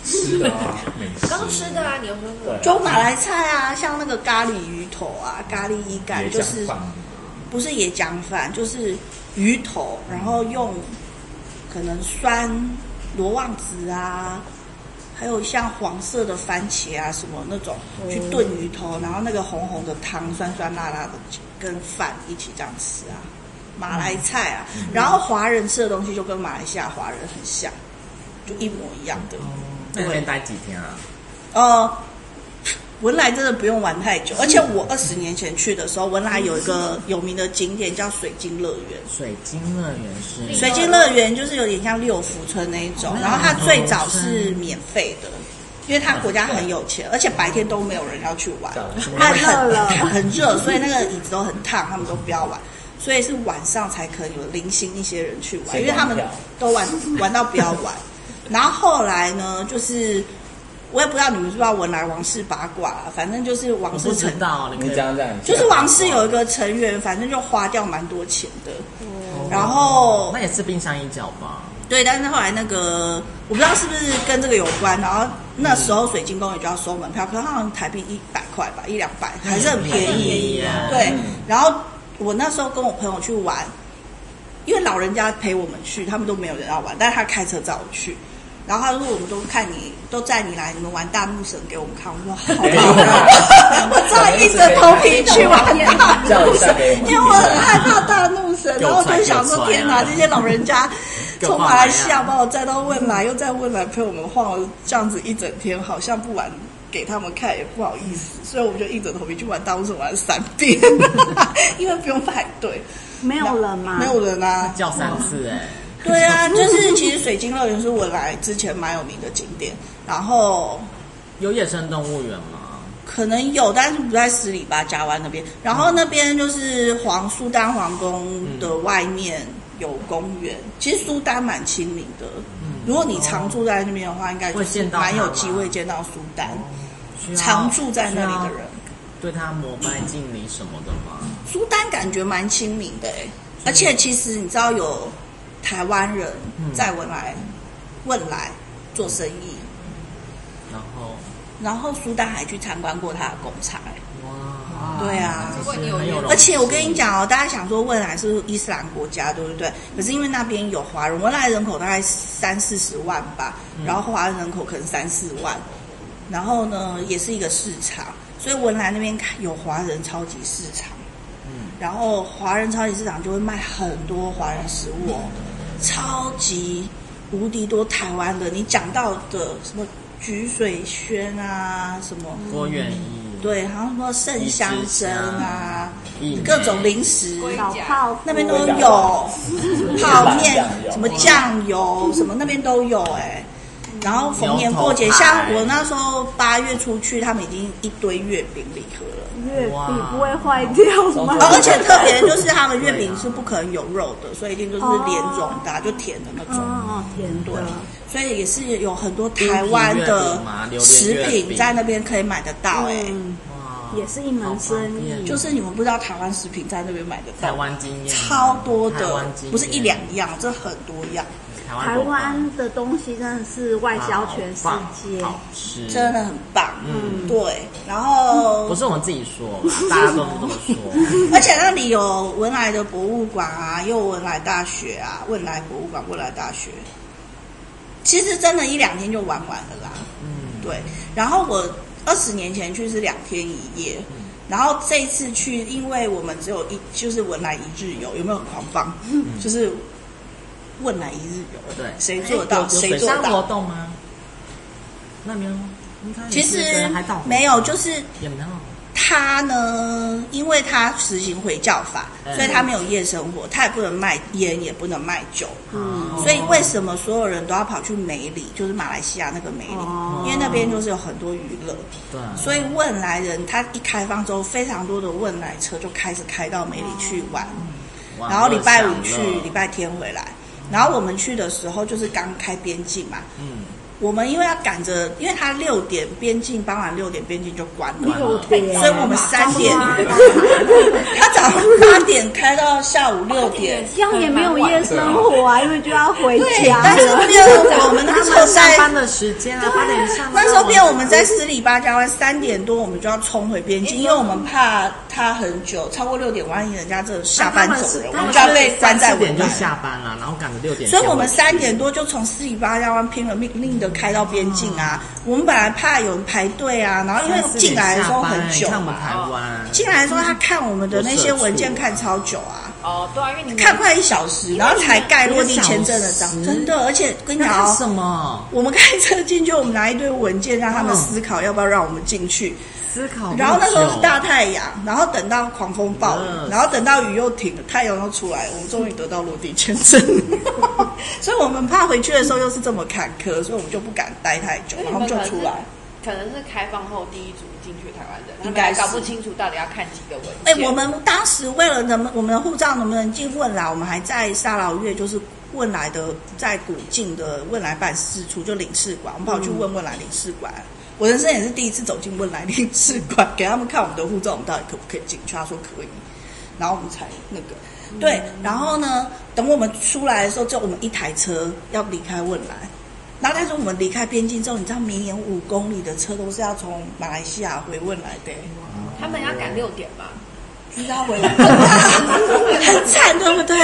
Speaker 4: 吃的啊，美食。
Speaker 7: 刚吃的啊，你有没有
Speaker 2: 对
Speaker 1: 就马来菜啊，像那个咖喱鱼头啊，咖喱一干
Speaker 4: 也
Speaker 1: 就
Speaker 4: 讲
Speaker 1: 是
Speaker 4: 饭，
Speaker 1: 不是椰浆饭，就是鱼头，然后用可能酸罗望子啊，还有像黄色的番茄啊什么那种去炖鱼头，然后那个红红的汤，酸酸辣辣的跟饭一起这样吃啊，马来菜啊，然后华人吃的东西就跟马来西亚华人很像，就一模一样的。
Speaker 3: 那你那边待几天啊？
Speaker 1: 呃，文莱真的不用玩太久，而且我二十年前去的时候，文莱有一个有名的景点叫水晶乐园。
Speaker 3: 水晶乐园是
Speaker 1: 水晶乐园就是有点像六福村那一
Speaker 3: 嗯
Speaker 1: 种，然后它最早是免费的，因为它国家很有钱，而且白天都没有人要去玩，它
Speaker 6: 太热了
Speaker 1: 很很热，所以那个椅子都很烫，他们都不要玩。所以是晚上才可以有零星一些人去玩，因为他们都玩 玩到不要玩。然后后来呢，就是我也不知道你们知不知道文莱王室八卦啦，反正就是王
Speaker 3: 我
Speaker 1: 室
Speaker 3: 不
Speaker 1: 成
Speaker 3: 知道，你可
Speaker 2: 你
Speaker 3: 以
Speaker 2: 讲讲，
Speaker 1: 就是王室有一个成员，反正就花掉蛮多钱的。然后
Speaker 3: 哦那也是冰山一角吧？
Speaker 1: 对，但是后来那个我不知道是不是跟这个有关，然后那时候水晶宫也就要收门票，可是好像台币一百块吧，一两百还是很便
Speaker 3: 嗯很便
Speaker 1: 宜
Speaker 3: 宜啊。
Speaker 1: 对，然后我那时候跟我朋友去玩，因为老人家陪我们去，他们都没有人要玩，但是他开车载我去。然后他说：“我们都看你，都载你来，你们玩大木神给我们看。”我 说：“好吧，我真的硬着头皮去玩大
Speaker 2: 叫
Speaker 1: 木
Speaker 2: 一下
Speaker 1: 神，
Speaker 2: 给我们
Speaker 1: 因为我很害怕大怒神，然后我就想说：天哪，
Speaker 3: 给
Speaker 1: 这
Speaker 3: 我踹给我踹啊
Speaker 1: 些老人家从马来西亚把我载到汶莱，又在汶莱陪我们晃了这样子一整天，好像不玩给他们看也不好意思，所以我们就硬着头皮去玩大木神，玩了三遍，因为不用排队，
Speaker 6: 没有人吗？
Speaker 1: 没有人啊，
Speaker 3: 叫三次哎，
Speaker 1: 对啊，就是其实水晶乐园是我来之前蛮有名的景点，然后
Speaker 3: 有野生动物园吗？
Speaker 1: 可能有，但是不在十里吧，加湾那边。然后那边就是皇苏丹皇宫的外面有公园，其实苏丹蛮亲民的。如果你常住在那边的话，应该就
Speaker 3: 嗯会
Speaker 1: 是
Speaker 3: 见到他啊
Speaker 1: 蛮有
Speaker 3: 吗
Speaker 1: 机会见到苏丹，
Speaker 3: 需要
Speaker 1: 常住在那里的人，，
Speaker 3: 需要对他膜拜敬礼什么的吗？
Speaker 1: 苏丹感觉蛮亲民的、欸、而且其实你知道有台湾人
Speaker 3: 嗯
Speaker 1: 在文莱、汶来做生意，
Speaker 3: 然后
Speaker 1: 然后苏丹还去参观过他的工厂、欸
Speaker 3: 哇，
Speaker 1: 对啊。
Speaker 7: 如果你有
Speaker 3: 很有荣
Speaker 1: 而且我跟你讲哦，大家想说汶莱是伊斯兰国家，对不对？可是因为那边有华人，汶莱人口大概三四十万吧，然后华人人口可能三四万，然后呢也是一个市场，所以文莱那边有华人超级市场，
Speaker 3: 嗯
Speaker 1: 然后华人超级市场就会卖很多华人食物哦，超级无敌多台湾的，你讲到的什么菊水轩啊，什么
Speaker 3: 郭远义，
Speaker 1: 对，好像什么圣香针啊。
Speaker 3: 义美
Speaker 1: 各种零食，
Speaker 6: 小泡芙
Speaker 1: 那边都有泡面，什么酱油，什么那边都有哎、然后逢年过节，
Speaker 3: 牛头牌
Speaker 1: 像我那时候八月出去，他们已经一堆月饼礼盒了。
Speaker 6: 月
Speaker 3: 哇
Speaker 6: 饼不会坏掉
Speaker 3: 嗯
Speaker 6: 吗？
Speaker 1: 哦而且特别就是他们月饼是不可能有肉的，所以一定就是莲蓉的
Speaker 3: 哦
Speaker 1: 啊、就甜的那
Speaker 6: 嗯，
Speaker 1: 种。
Speaker 6: 哦，甜
Speaker 1: 对
Speaker 6: 的，，
Speaker 1: 所以也是有很多台湾的食品在那边可以买得到哎、
Speaker 6: 嗯，
Speaker 3: 哇，
Speaker 6: 也是一门生
Speaker 3: 好
Speaker 6: 意
Speaker 3: 方便
Speaker 1: 就是你们不知道台湾食品在那边买得
Speaker 3: 台
Speaker 1: 到。
Speaker 3: 湾经验，
Speaker 1: 超多
Speaker 3: 台
Speaker 1: 的
Speaker 3: 湾经，验
Speaker 1: 不是一两，样，这很多样，
Speaker 3: 台
Speaker 6: 台
Speaker 3: 多棒
Speaker 6: 湾的东西真的是外销全世界，
Speaker 3: 好棒好吃，
Speaker 1: 真的很棒。嗯，对。然后
Speaker 3: 不，是我们自己说吧，大家都这么 说，
Speaker 1: 而且那里有文莱的博物馆啊，又有文莱大学啊，汶莱博物馆、汶莱大学。其实真的，一两天就玩完了啦。
Speaker 3: 嗯，
Speaker 1: 对。然后我二十年前去是两天一夜，然后这一次去，因为我们只有一就是文莱一日游，有没有狂放？就是文莱一日游，
Speaker 8: 对哎
Speaker 1: 谁做得到
Speaker 8: 有
Speaker 1: 谁
Speaker 8: 水
Speaker 1: 做得
Speaker 8: 上活
Speaker 1: 到？
Speaker 8: 动吗？那没有，应该也
Speaker 1: 其
Speaker 8: 是
Speaker 1: 实
Speaker 8: 还到
Speaker 1: 没有，就是
Speaker 8: 也没有。
Speaker 1: 他呢，因为他实行回教法，
Speaker 8: 嗯
Speaker 1: 所以他没有夜生活，他也不能卖烟，也不能卖酒。
Speaker 8: 嗯
Speaker 1: 所以为什么所有人都要跑去梅里，就是马来西亚那个梅里，
Speaker 8: 哦
Speaker 1: 因为那边就是有很多娱乐。
Speaker 8: 对，
Speaker 1: 所以汶莱人他一开放之后，非常多的汶莱车就开始开到梅里去玩，
Speaker 8: 嗯哇
Speaker 1: 然后礼拜五
Speaker 8: 乐
Speaker 1: 去
Speaker 8: 享乐，
Speaker 1: 礼拜天回来。然后我们去的时候就是刚开边境嘛，
Speaker 8: 嗯，
Speaker 1: 我们因为要赶着，因为他六点边境，傍晚六点边境就关了，
Speaker 6: 六
Speaker 7: 啊
Speaker 6: 点，
Speaker 1: 所以我们三点， 他早上八点开到下午六点。
Speaker 6: 这样也没有夜生活啊，因为就要回
Speaker 1: 对，
Speaker 6: 家
Speaker 1: 但是
Speaker 6: 了。
Speaker 1: 变我们那
Speaker 8: 他
Speaker 1: 时候
Speaker 8: 们上
Speaker 1: 在
Speaker 8: 班的时间啊，八点上班。
Speaker 1: 那时候变我们在十里八家湾三点多，我们就要冲回边境，因为我们怕他很久，超过六点，万一人家这下班走人，我
Speaker 8: 他
Speaker 1: 们
Speaker 8: 们
Speaker 1: 就要被关在
Speaker 8: 四
Speaker 1: 文
Speaker 8: 点就
Speaker 1: 莱。
Speaker 8: 下班了，然后赶着六点。
Speaker 1: 所以我们三点多就从十里八家湾拼了命命的开到边境啊。我们本来怕有人排队啊，然后因为进来的时候很久
Speaker 8: 看我们
Speaker 1: 嘛，
Speaker 8: 台湾，
Speaker 1: 进来的时候他看我们的那些文件看超久啊。
Speaker 7: 哦，对啊，因为你们
Speaker 1: 看快一小时，然后才盖落地签证的章，真的。而且跟你
Speaker 8: 那
Speaker 1: 讲
Speaker 8: 看
Speaker 1: 哦，
Speaker 8: 什么？
Speaker 1: 我们开车进去，我们拿一堆文件让他们
Speaker 8: 嗯
Speaker 1: 思考要不要让我们进去。
Speaker 8: 思考。
Speaker 3: 哦
Speaker 1: 然后那时候是大，太阳，然后等到狂风暴雨，
Speaker 8: 嗯
Speaker 1: 然后等到雨又停了，太阳又出来，我们终于得到落地签证。所以我们怕回去的时候又是这么坎坷，所以我们就不敢待太久，然后我们就出来。
Speaker 7: 可能是开放后第一组进去台湾的，他
Speaker 1: 应
Speaker 7: 们
Speaker 1: 该
Speaker 7: 还
Speaker 1: 是
Speaker 7: 搞不清楚到底要看几个文
Speaker 1: 哎、
Speaker 7: 件。
Speaker 1: 我们当时为了能我们的护照能不能进汶莱，我们还在沙劳越，就是汶莱的在古晋的汶莱办事处，就领事馆，我们跑去问汶莱领事馆。我人生也是第一次走进汶莱领事馆，给他们看我们的护照，我们到底可不可以进去？他说可以，然后我们才那个。对，然后呢，等我们出来的时候，就我们一台车要离开汶莱。然后但是我们离开边境之后，你知道绵延五公里的车都是要从马来西亚回汶来的、
Speaker 7: 他们要赶六点吧？
Speaker 1: 你知道我很惨，对不对？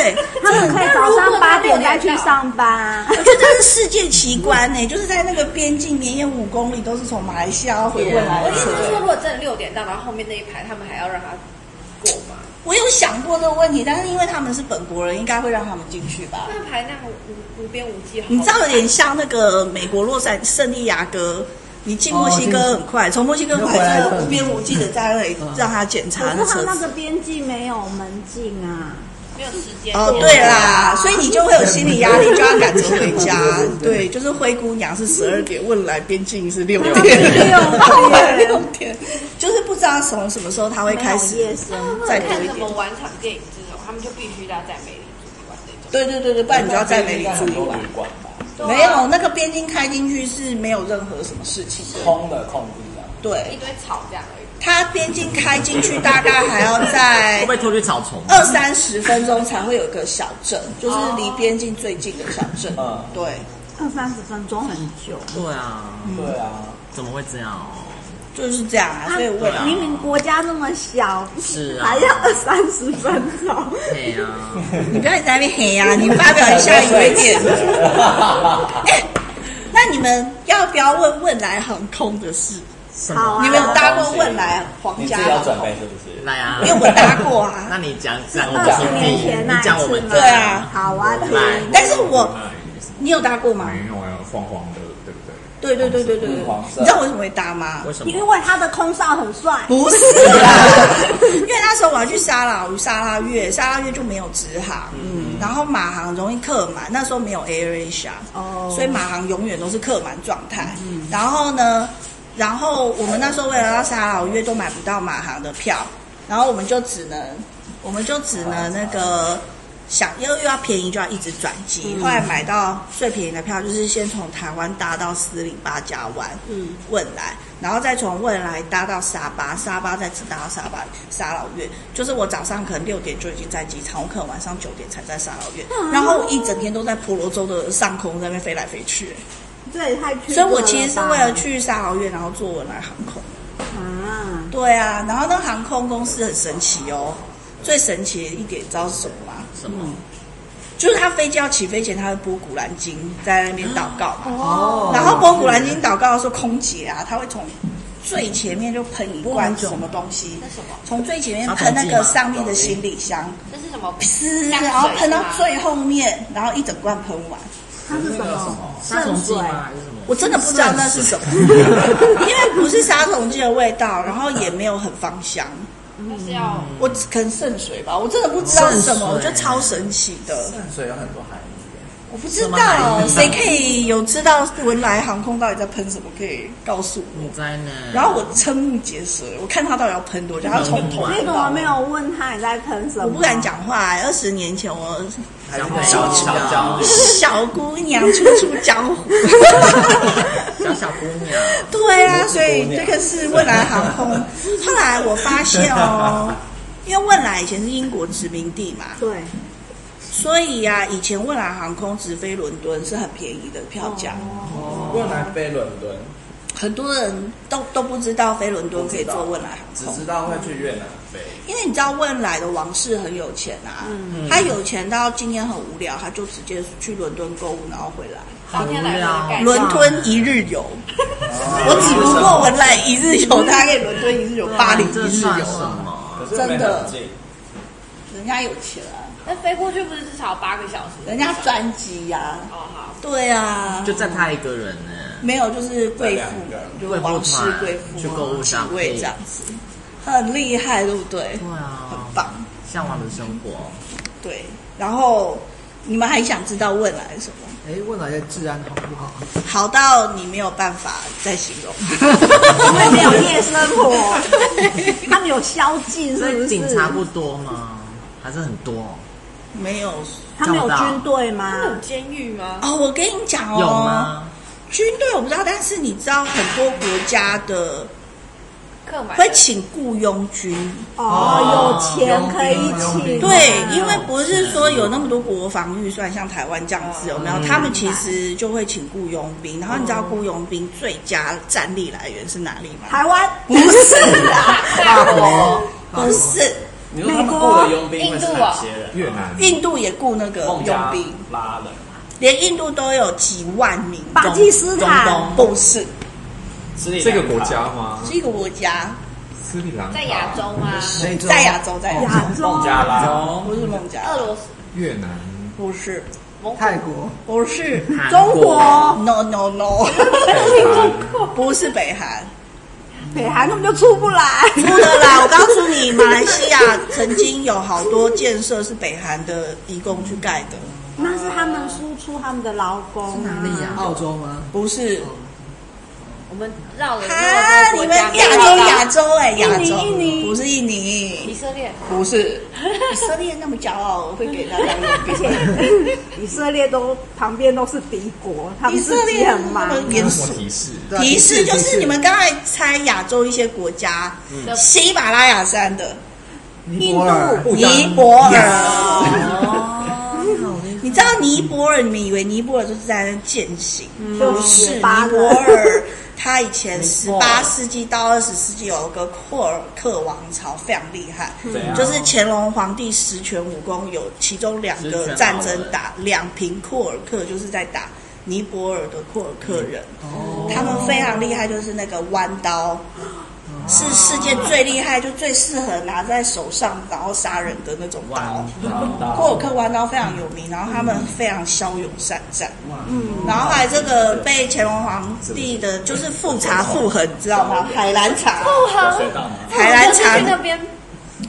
Speaker 6: 他们可以早上八点再去上班啊。
Speaker 1: 我觉得这是世界奇观呢、就是在那个边境绵延五公里，都是从马来西亚回汶来
Speaker 7: 我
Speaker 1: 的
Speaker 7: 意思是说，
Speaker 1: 车。
Speaker 7: 如果真的六点到，然后后面那一排他们还要让他过吗？
Speaker 1: 我有想过这个问题，但是因为他们是本国人，应该会让他们进去吧。
Speaker 7: 那排那样无无边无际，好
Speaker 1: 你知道有点像那个美国洛杉圣地亚哥，你进墨西哥很快，从墨西哥回来嗯之后无边无际的在那里让他检
Speaker 6: 可
Speaker 1: 查
Speaker 6: 是
Speaker 1: 那
Speaker 6: 他
Speaker 1: 车
Speaker 6: 那
Speaker 1: 子
Speaker 6: 个。边际没有门禁啊，
Speaker 7: 没有时间
Speaker 1: 哦，对啦，所以你就会有心理压力，就要赶着回家。对，就是灰姑娘是十二点，汶来边境是六点，傍晚六点，就是不知道从什么时候他会
Speaker 6: 没
Speaker 1: 开
Speaker 6: 有
Speaker 1: 始
Speaker 6: 夜生活。
Speaker 1: 再多
Speaker 7: 看
Speaker 1: 一
Speaker 7: 什么
Speaker 1: 点。
Speaker 7: 晚场电影这种，他们就必须要在美丽出去玩这种。
Speaker 1: 对对对对，不然你就要在美里住
Speaker 2: 很
Speaker 1: 一
Speaker 2: 多
Speaker 1: 晚
Speaker 2: 旅。馆吧，
Speaker 1: 没有，那个边境开进去是没有任何什么事情的。
Speaker 2: 空的空地啊，
Speaker 1: 对
Speaker 7: 一，堆草这样而已。
Speaker 1: 它边境开进去大概还要
Speaker 8: 会
Speaker 1: 在
Speaker 8: 不会拖去草丛？
Speaker 1: 二三十分钟才会有一个小镇，就是离边境最近的小镇。
Speaker 2: 嗯
Speaker 1: 对。
Speaker 6: 二三十分钟很久。
Speaker 8: 对啊，
Speaker 2: 对啊，
Speaker 8: 怎么会这样？
Speaker 1: 就是这样啊，所以我
Speaker 8: 对啊
Speaker 6: 明明国家那么小，
Speaker 8: 是啊
Speaker 6: 还要二三十分钟。
Speaker 8: 对啊，
Speaker 1: 你不要在那边黑呀、你发表一下有一点。哎，那你们要不要问汶莱航空的事？
Speaker 6: 好啊，
Speaker 1: 你们有搭过汶莱皇
Speaker 2: 你自
Speaker 1: 家
Speaker 2: 己要
Speaker 1: 航
Speaker 2: 准
Speaker 1: 空？
Speaker 2: 备是不是？
Speaker 8: 来啊
Speaker 1: 因，为我搭过啊，
Speaker 8: 那你讲讲我
Speaker 6: 二
Speaker 8: 们
Speaker 6: 十
Speaker 8: 听
Speaker 6: 年前
Speaker 8: 听，
Speaker 6: 那
Speaker 8: 你讲我
Speaker 6: 一次
Speaker 8: 们
Speaker 6: 吗？
Speaker 1: 对啊
Speaker 6: 好啊，听
Speaker 8: 来
Speaker 1: 但是我
Speaker 4: 哎
Speaker 1: 你有搭过吗？
Speaker 4: 没有啊，黄黄的，对不对？
Speaker 1: 对对对对对对，
Speaker 2: 嗯黄色
Speaker 1: 你知道我为什么会搭吗？
Speaker 8: 为什么？
Speaker 6: 因为他的空少很帅，
Speaker 1: 不是啦，因为那时候我要去沙拉，我去沙拉越，沙拉越就没有直航，嗯，然后马航容易客满，那时候没有 AirAsia，
Speaker 6: 哦
Speaker 1: 所以马航永远都是客满状态。然后呢，然后我们那时候为了要沙劳越都买不到马航的票，然后我们就只能，我们就只能那个想又又要便宜就要一直转机，后来买到最便宜的票就是先从台湾搭到斯里巴加湾，嗯，汶莱，然后再从汶莱搭到沙巴，沙巴再直达到沙巴沙劳越，就是我早上可能六点就已经在机场，我可能晚上九点才在沙劳越，然后我一整天都在婆罗洲的上空在那边飞来飞去。
Speaker 6: 这也太缺德
Speaker 1: 所以
Speaker 6: 了吧
Speaker 1: 我其实是为了去沙劳越，然后坐文莱航空。
Speaker 6: 啊，
Speaker 1: 对啊，然后那航空公司很神奇哦。最神奇的一点，你知道是什么吗？
Speaker 8: 什么？
Speaker 1: 就是他飞机要起飞前，他会播《古兰经》在那边祷告嘛。
Speaker 5: 哦
Speaker 1: 然后播《古兰经》祷告的时候，空姐啊，她会从最前面就喷一罐什么东西，
Speaker 7: 那什么？
Speaker 1: 从最前面喷那个上面的行李箱，
Speaker 7: 那是什么？
Speaker 1: 呲，
Speaker 7: 香水
Speaker 1: 然后喷到
Speaker 7: 是吗
Speaker 1: 最后面，然后一整罐喷完。
Speaker 6: 它是什么？
Speaker 3: 杀虫剂
Speaker 6: 水
Speaker 3: 吗？还是什么？
Speaker 1: 我真的不知道那是什么，因为不是杀虫剂的味道，然后也没有很芳香，
Speaker 7: 那是要
Speaker 1: 我可能圣水吧，我真的不知道是什么，我
Speaker 3: 圣
Speaker 1: 觉
Speaker 3: 水
Speaker 1: 得超神奇的，
Speaker 3: 淡水有很多含义。
Speaker 1: 我不知道谁可以有知道文莱航空到底在喷什么，可以告诉我。
Speaker 3: 你在呢？
Speaker 1: 然后我瞠目结舌，我看他到底要喷多久，他从头
Speaker 6: 你
Speaker 1: 喷
Speaker 6: 怎么
Speaker 1: 到
Speaker 3: 啊
Speaker 6: 没有问他你在喷什么？
Speaker 1: 我不敢。讲话、二十年前我
Speaker 3: 小小小小
Speaker 1: 小姑娘初出江 湖，
Speaker 3: 小小姑娘，
Speaker 1: 对啊，所以这个是未来航空。后来我发现哦，因为未来以前是英国殖民地嘛，
Speaker 6: 对，
Speaker 1: 所以啊，以前未来航空直飞伦敦是很便宜的票价，
Speaker 2: 未来飞伦敦，
Speaker 1: 很多人都都不知道飞伦敦可以坐未来
Speaker 2: 只
Speaker 1: 航空
Speaker 2: 知，道会去越南飞，
Speaker 1: 因为你知道未来的王室很有钱啊，他有钱到今天很无聊，他就直接去伦敦购物，然后回来，
Speaker 7: 当天来回的
Speaker 3: 哎
Speaker 7: 概念。
Speaker 1: 伦敦一日游。我只不过文莱一日游，大概伦敦一日游，巴黎一
Speaker 3: 这
Speaker 1: 日
Speaker 3: 算
Speaker 1: 游，
Speaker 3: 什么？
Speaker 2: 可是没很近，
Speaker 1: 人家有钱啊，
Speaker 7: 那飞过去不是至少八个小时？
Speaker 1: 人家专机呀，
Speaker 7: 哦好，
Speaker 1: 对啊，
Speaker 3: 就占他一个人呢。
Speaker 1: 没有就是贵妇，就
Speaker 3: 贵妇团
Speaker 1: 王室贵妇
Speaker 3: 去购物
Speaker 1: 几
Speaker 3: 商
Speaker 1: 位
Speaker 3: 品
Speaker 1: 这样子，很厉害，对不对？
Speaker 3: 对
Speaker 1: 很
Speaker 3: 啊，
Speaker 1: 棒，
Speaker 3: 向往的生活。
Speaker 1: 对。然后你们还想知道未来什么？
Speaker 5: 哎，问哪些治安好不好？
Speaker 1: 好到你没有办法再形容，
Speaker 6: 因为没有夜生活，他们有宵禁，
Speaker 3: 所
Speaker 6: 是
Speaker 3: 以
Speaker 6: 不是？
Speaker 3: 警察不多吗？还是很多？
Speaker 1: 没有
Speaker 6: 他们有军队吗？
Speaker 1: 嗯
Speaker 7: 那有监狱吗？
Speaker 1: 哦。我跟你讲哦，
Speaker 3: 有吗？
Speaker 1: 军队我不知道，但是你知道很多国家的
Speaker 7: 客满
Speaker 1: 会请雇佣军，
Speaker 3: 嗯
Speaker 6: 哦，有钱
Speaker 3: 佣兵
Speaker 6: 可以请。
Speaker 1: 对，因为不是说有那么多国防预算，像台湾这样子有没有？
Speaker 3: 嗯
Speaker 1: 他们其实就会请雇佣兵，然后你知道雇佣兵最佳战力来源是哪里吗？
Speaker 6: 台湾
Speaker 1: 不是啦，不是，啊
Speaker 9: 你说他们雇的佣兵会是哪些人？
Speaker 4: 越南
Speaker 1: 印度也雇那个
Speaker 9: 孟
Speaker 1: 佣
Speaker 9: 加
Speaker 1: 兵，
Speaker 9: 拉人，
Speaker 1: 连印度都有几万名。
Speaker 6: 巴基斯坦
Speaker 3: 中
Speaker 1: 不是，
Speaker 9: 斯里兰
Speaker 4: 这
Speaker 9: 卡
Speaker 4: 个国家吗？
Speaker 1: 是一个国家，
Speaker 4: 斯里兰卡
Speaker 7: 在亚洲吗？
Speaker 9: 那种
Speaker 1: 在亚洲，在亚洲，
Speaker 6: 亚洲
Speaker 9: 孟加拉
Speaker 1: 不是孟加拉，
Speaker 7: 俄罗斯、
Speaker 4: 越南
Speaker 1: 不是，
Speaker 7: 蒙古、
Speaker 5: 泰国、
Speaker 1: 不是，
Speaker 6: 中国、
Speaker 1: no no no，
Speaker 4: 北韩
Speaker 1: 不是北韩。
Speaker 6: 北韩，他们就出不来。
Speaker 1: 出的啦！我告诉你，马来西亚曾经有好多建设是北韩的移工去盖的，
Speaker 6: 那是他们输出他们的劳工啊。
Speaker 1: 嗯
Speaker 5: 澳洲吗？
Speaker 1: 不是？
Speaker 7: 我们绕了那
Speaker 1: 啊，
Speaker 7: 么多
Speaker 1: 你
Speaker 7: 国
Speaker 1: 们
Speaker 7: 家，
Speaker 1: 亚洲亚洲哎，亚洲
Speaker 6: 印尼
Speaker 1: 不是印
Speaker 7: 以
Speaker 1: 尼，
Speaker 7: 色列，
Speaker 1: 不是以色列那么骄傲，我会给他当
Speaker 6: 而且以色列都旁边都是敌国，他
Speaker 1: 以
Speaker 6: 们
Speaker 1: 色
Speaker 6: 自己
Speaker 1: 列
Speaker 6: 很忙。
Speaker 1: 严
Speaker 4: 什
Speaker 1: 肃
Speaker 4: 么。提示？
Speaker 5: 对啊
Speaker 1: 提示嗯就是你们刚才猜亚洲一些国家，喜马拉雅山的
Speaker 5: 尼泊尔、
Speaker 1: 尼泊尔。 你知道尼泊尔？你们以为尼泊尔就是在那践行？不是，尼
Speaker 6: 巴勒
Speaker 1: 泊尔它以前十八世纪到二十世纪有一个库尔克王朝非常厉害，
Speaker 9: 怎样
Speaker 1: 就是乾隆皇帝十全武功有其中两个战争打两平库尔克，就是在打尼泊尔的库尔克人，哦他们非常厉害，就是那个弯刀。是世界最厉害，就最适合拿在手上然后杀人的那种刀。库尔克弯刀非常有名，然后他们非常骁勇善战。嗯，然后后来这个被乾隆皇帝的就是复查复衡，你知道吗？海兰茶，
Speaker 7: 不好，
Speaker 9: 学到吗？
Speaker 1: 海兰
Speaker 7: 就是去那
Speaker 1: 茶
Speaker 7: 边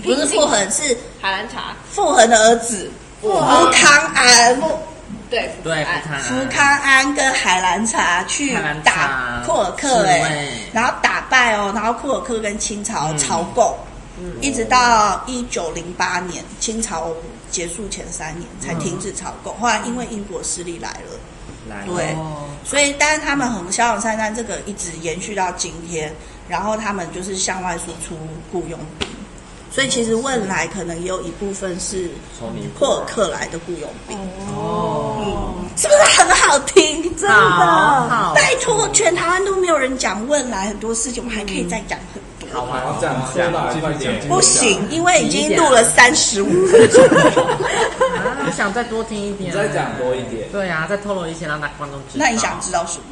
Speaker 1: 不是复衡，是
Speaker 7: 海兰茶，
Speaker 1: 傅恒的儿子傅康安，傅
Speaker 7: 对
Speaker 3: 对，
Speaker 7: 哎
Speaker 3: 不看
Speaker 1: 福康安跟海兰察去
Speaker 3: 海兰
Speaker 1: 打
Speaker 3: 察
Speaker 1: 库尔克、
Speaker 3: 是
Speaker 1: 欸，
Speaker 3: 喂嗯
Speaker 1: 然后打败哦，然后库尔克跟清朝朝贡，一直到一九零八年清朝结束前三年
Speaker 3: 嗯
Speaker 1: 才停止朝贡，后来因为英国势力来了，
Speaker 3: 来
Speaker 1: 对，所以但是他们很骁勇善战，这个一直延续到今天，然后他们就是向外输出雇佣兵，所以其实汶莱可能也有一部分是
Speaker 4: 从尼
Speaker 1: 库尔克来的雇佣兵。哦，是不是很好听？真
Speaker 3: 好好
Speaker 1: 拜托，全台湾都没有人讲汶莱很多事情，我们还可以再讲很多。
Speaker 3: 好啊
Speaker 2: 然后
Speaker 3: 玩
Speaker 2: 这样
Speaker 4: 讲
Speaker 2: 讲，
Speaker 4: 继续
Speaker 2: 快
Speaker 4: 讲
Speaker 2: 点
Speaker 4: 继续，
Speaker 1: 不行，因为已经录了三十五分钟。
Speaker 3: 啊！我想再多听一点。
Speaker 2: 你再讲多一点。
Speaker 3: 对啊，再透露一些让大观众知 道。
Speaker 1: 那你想知道什么？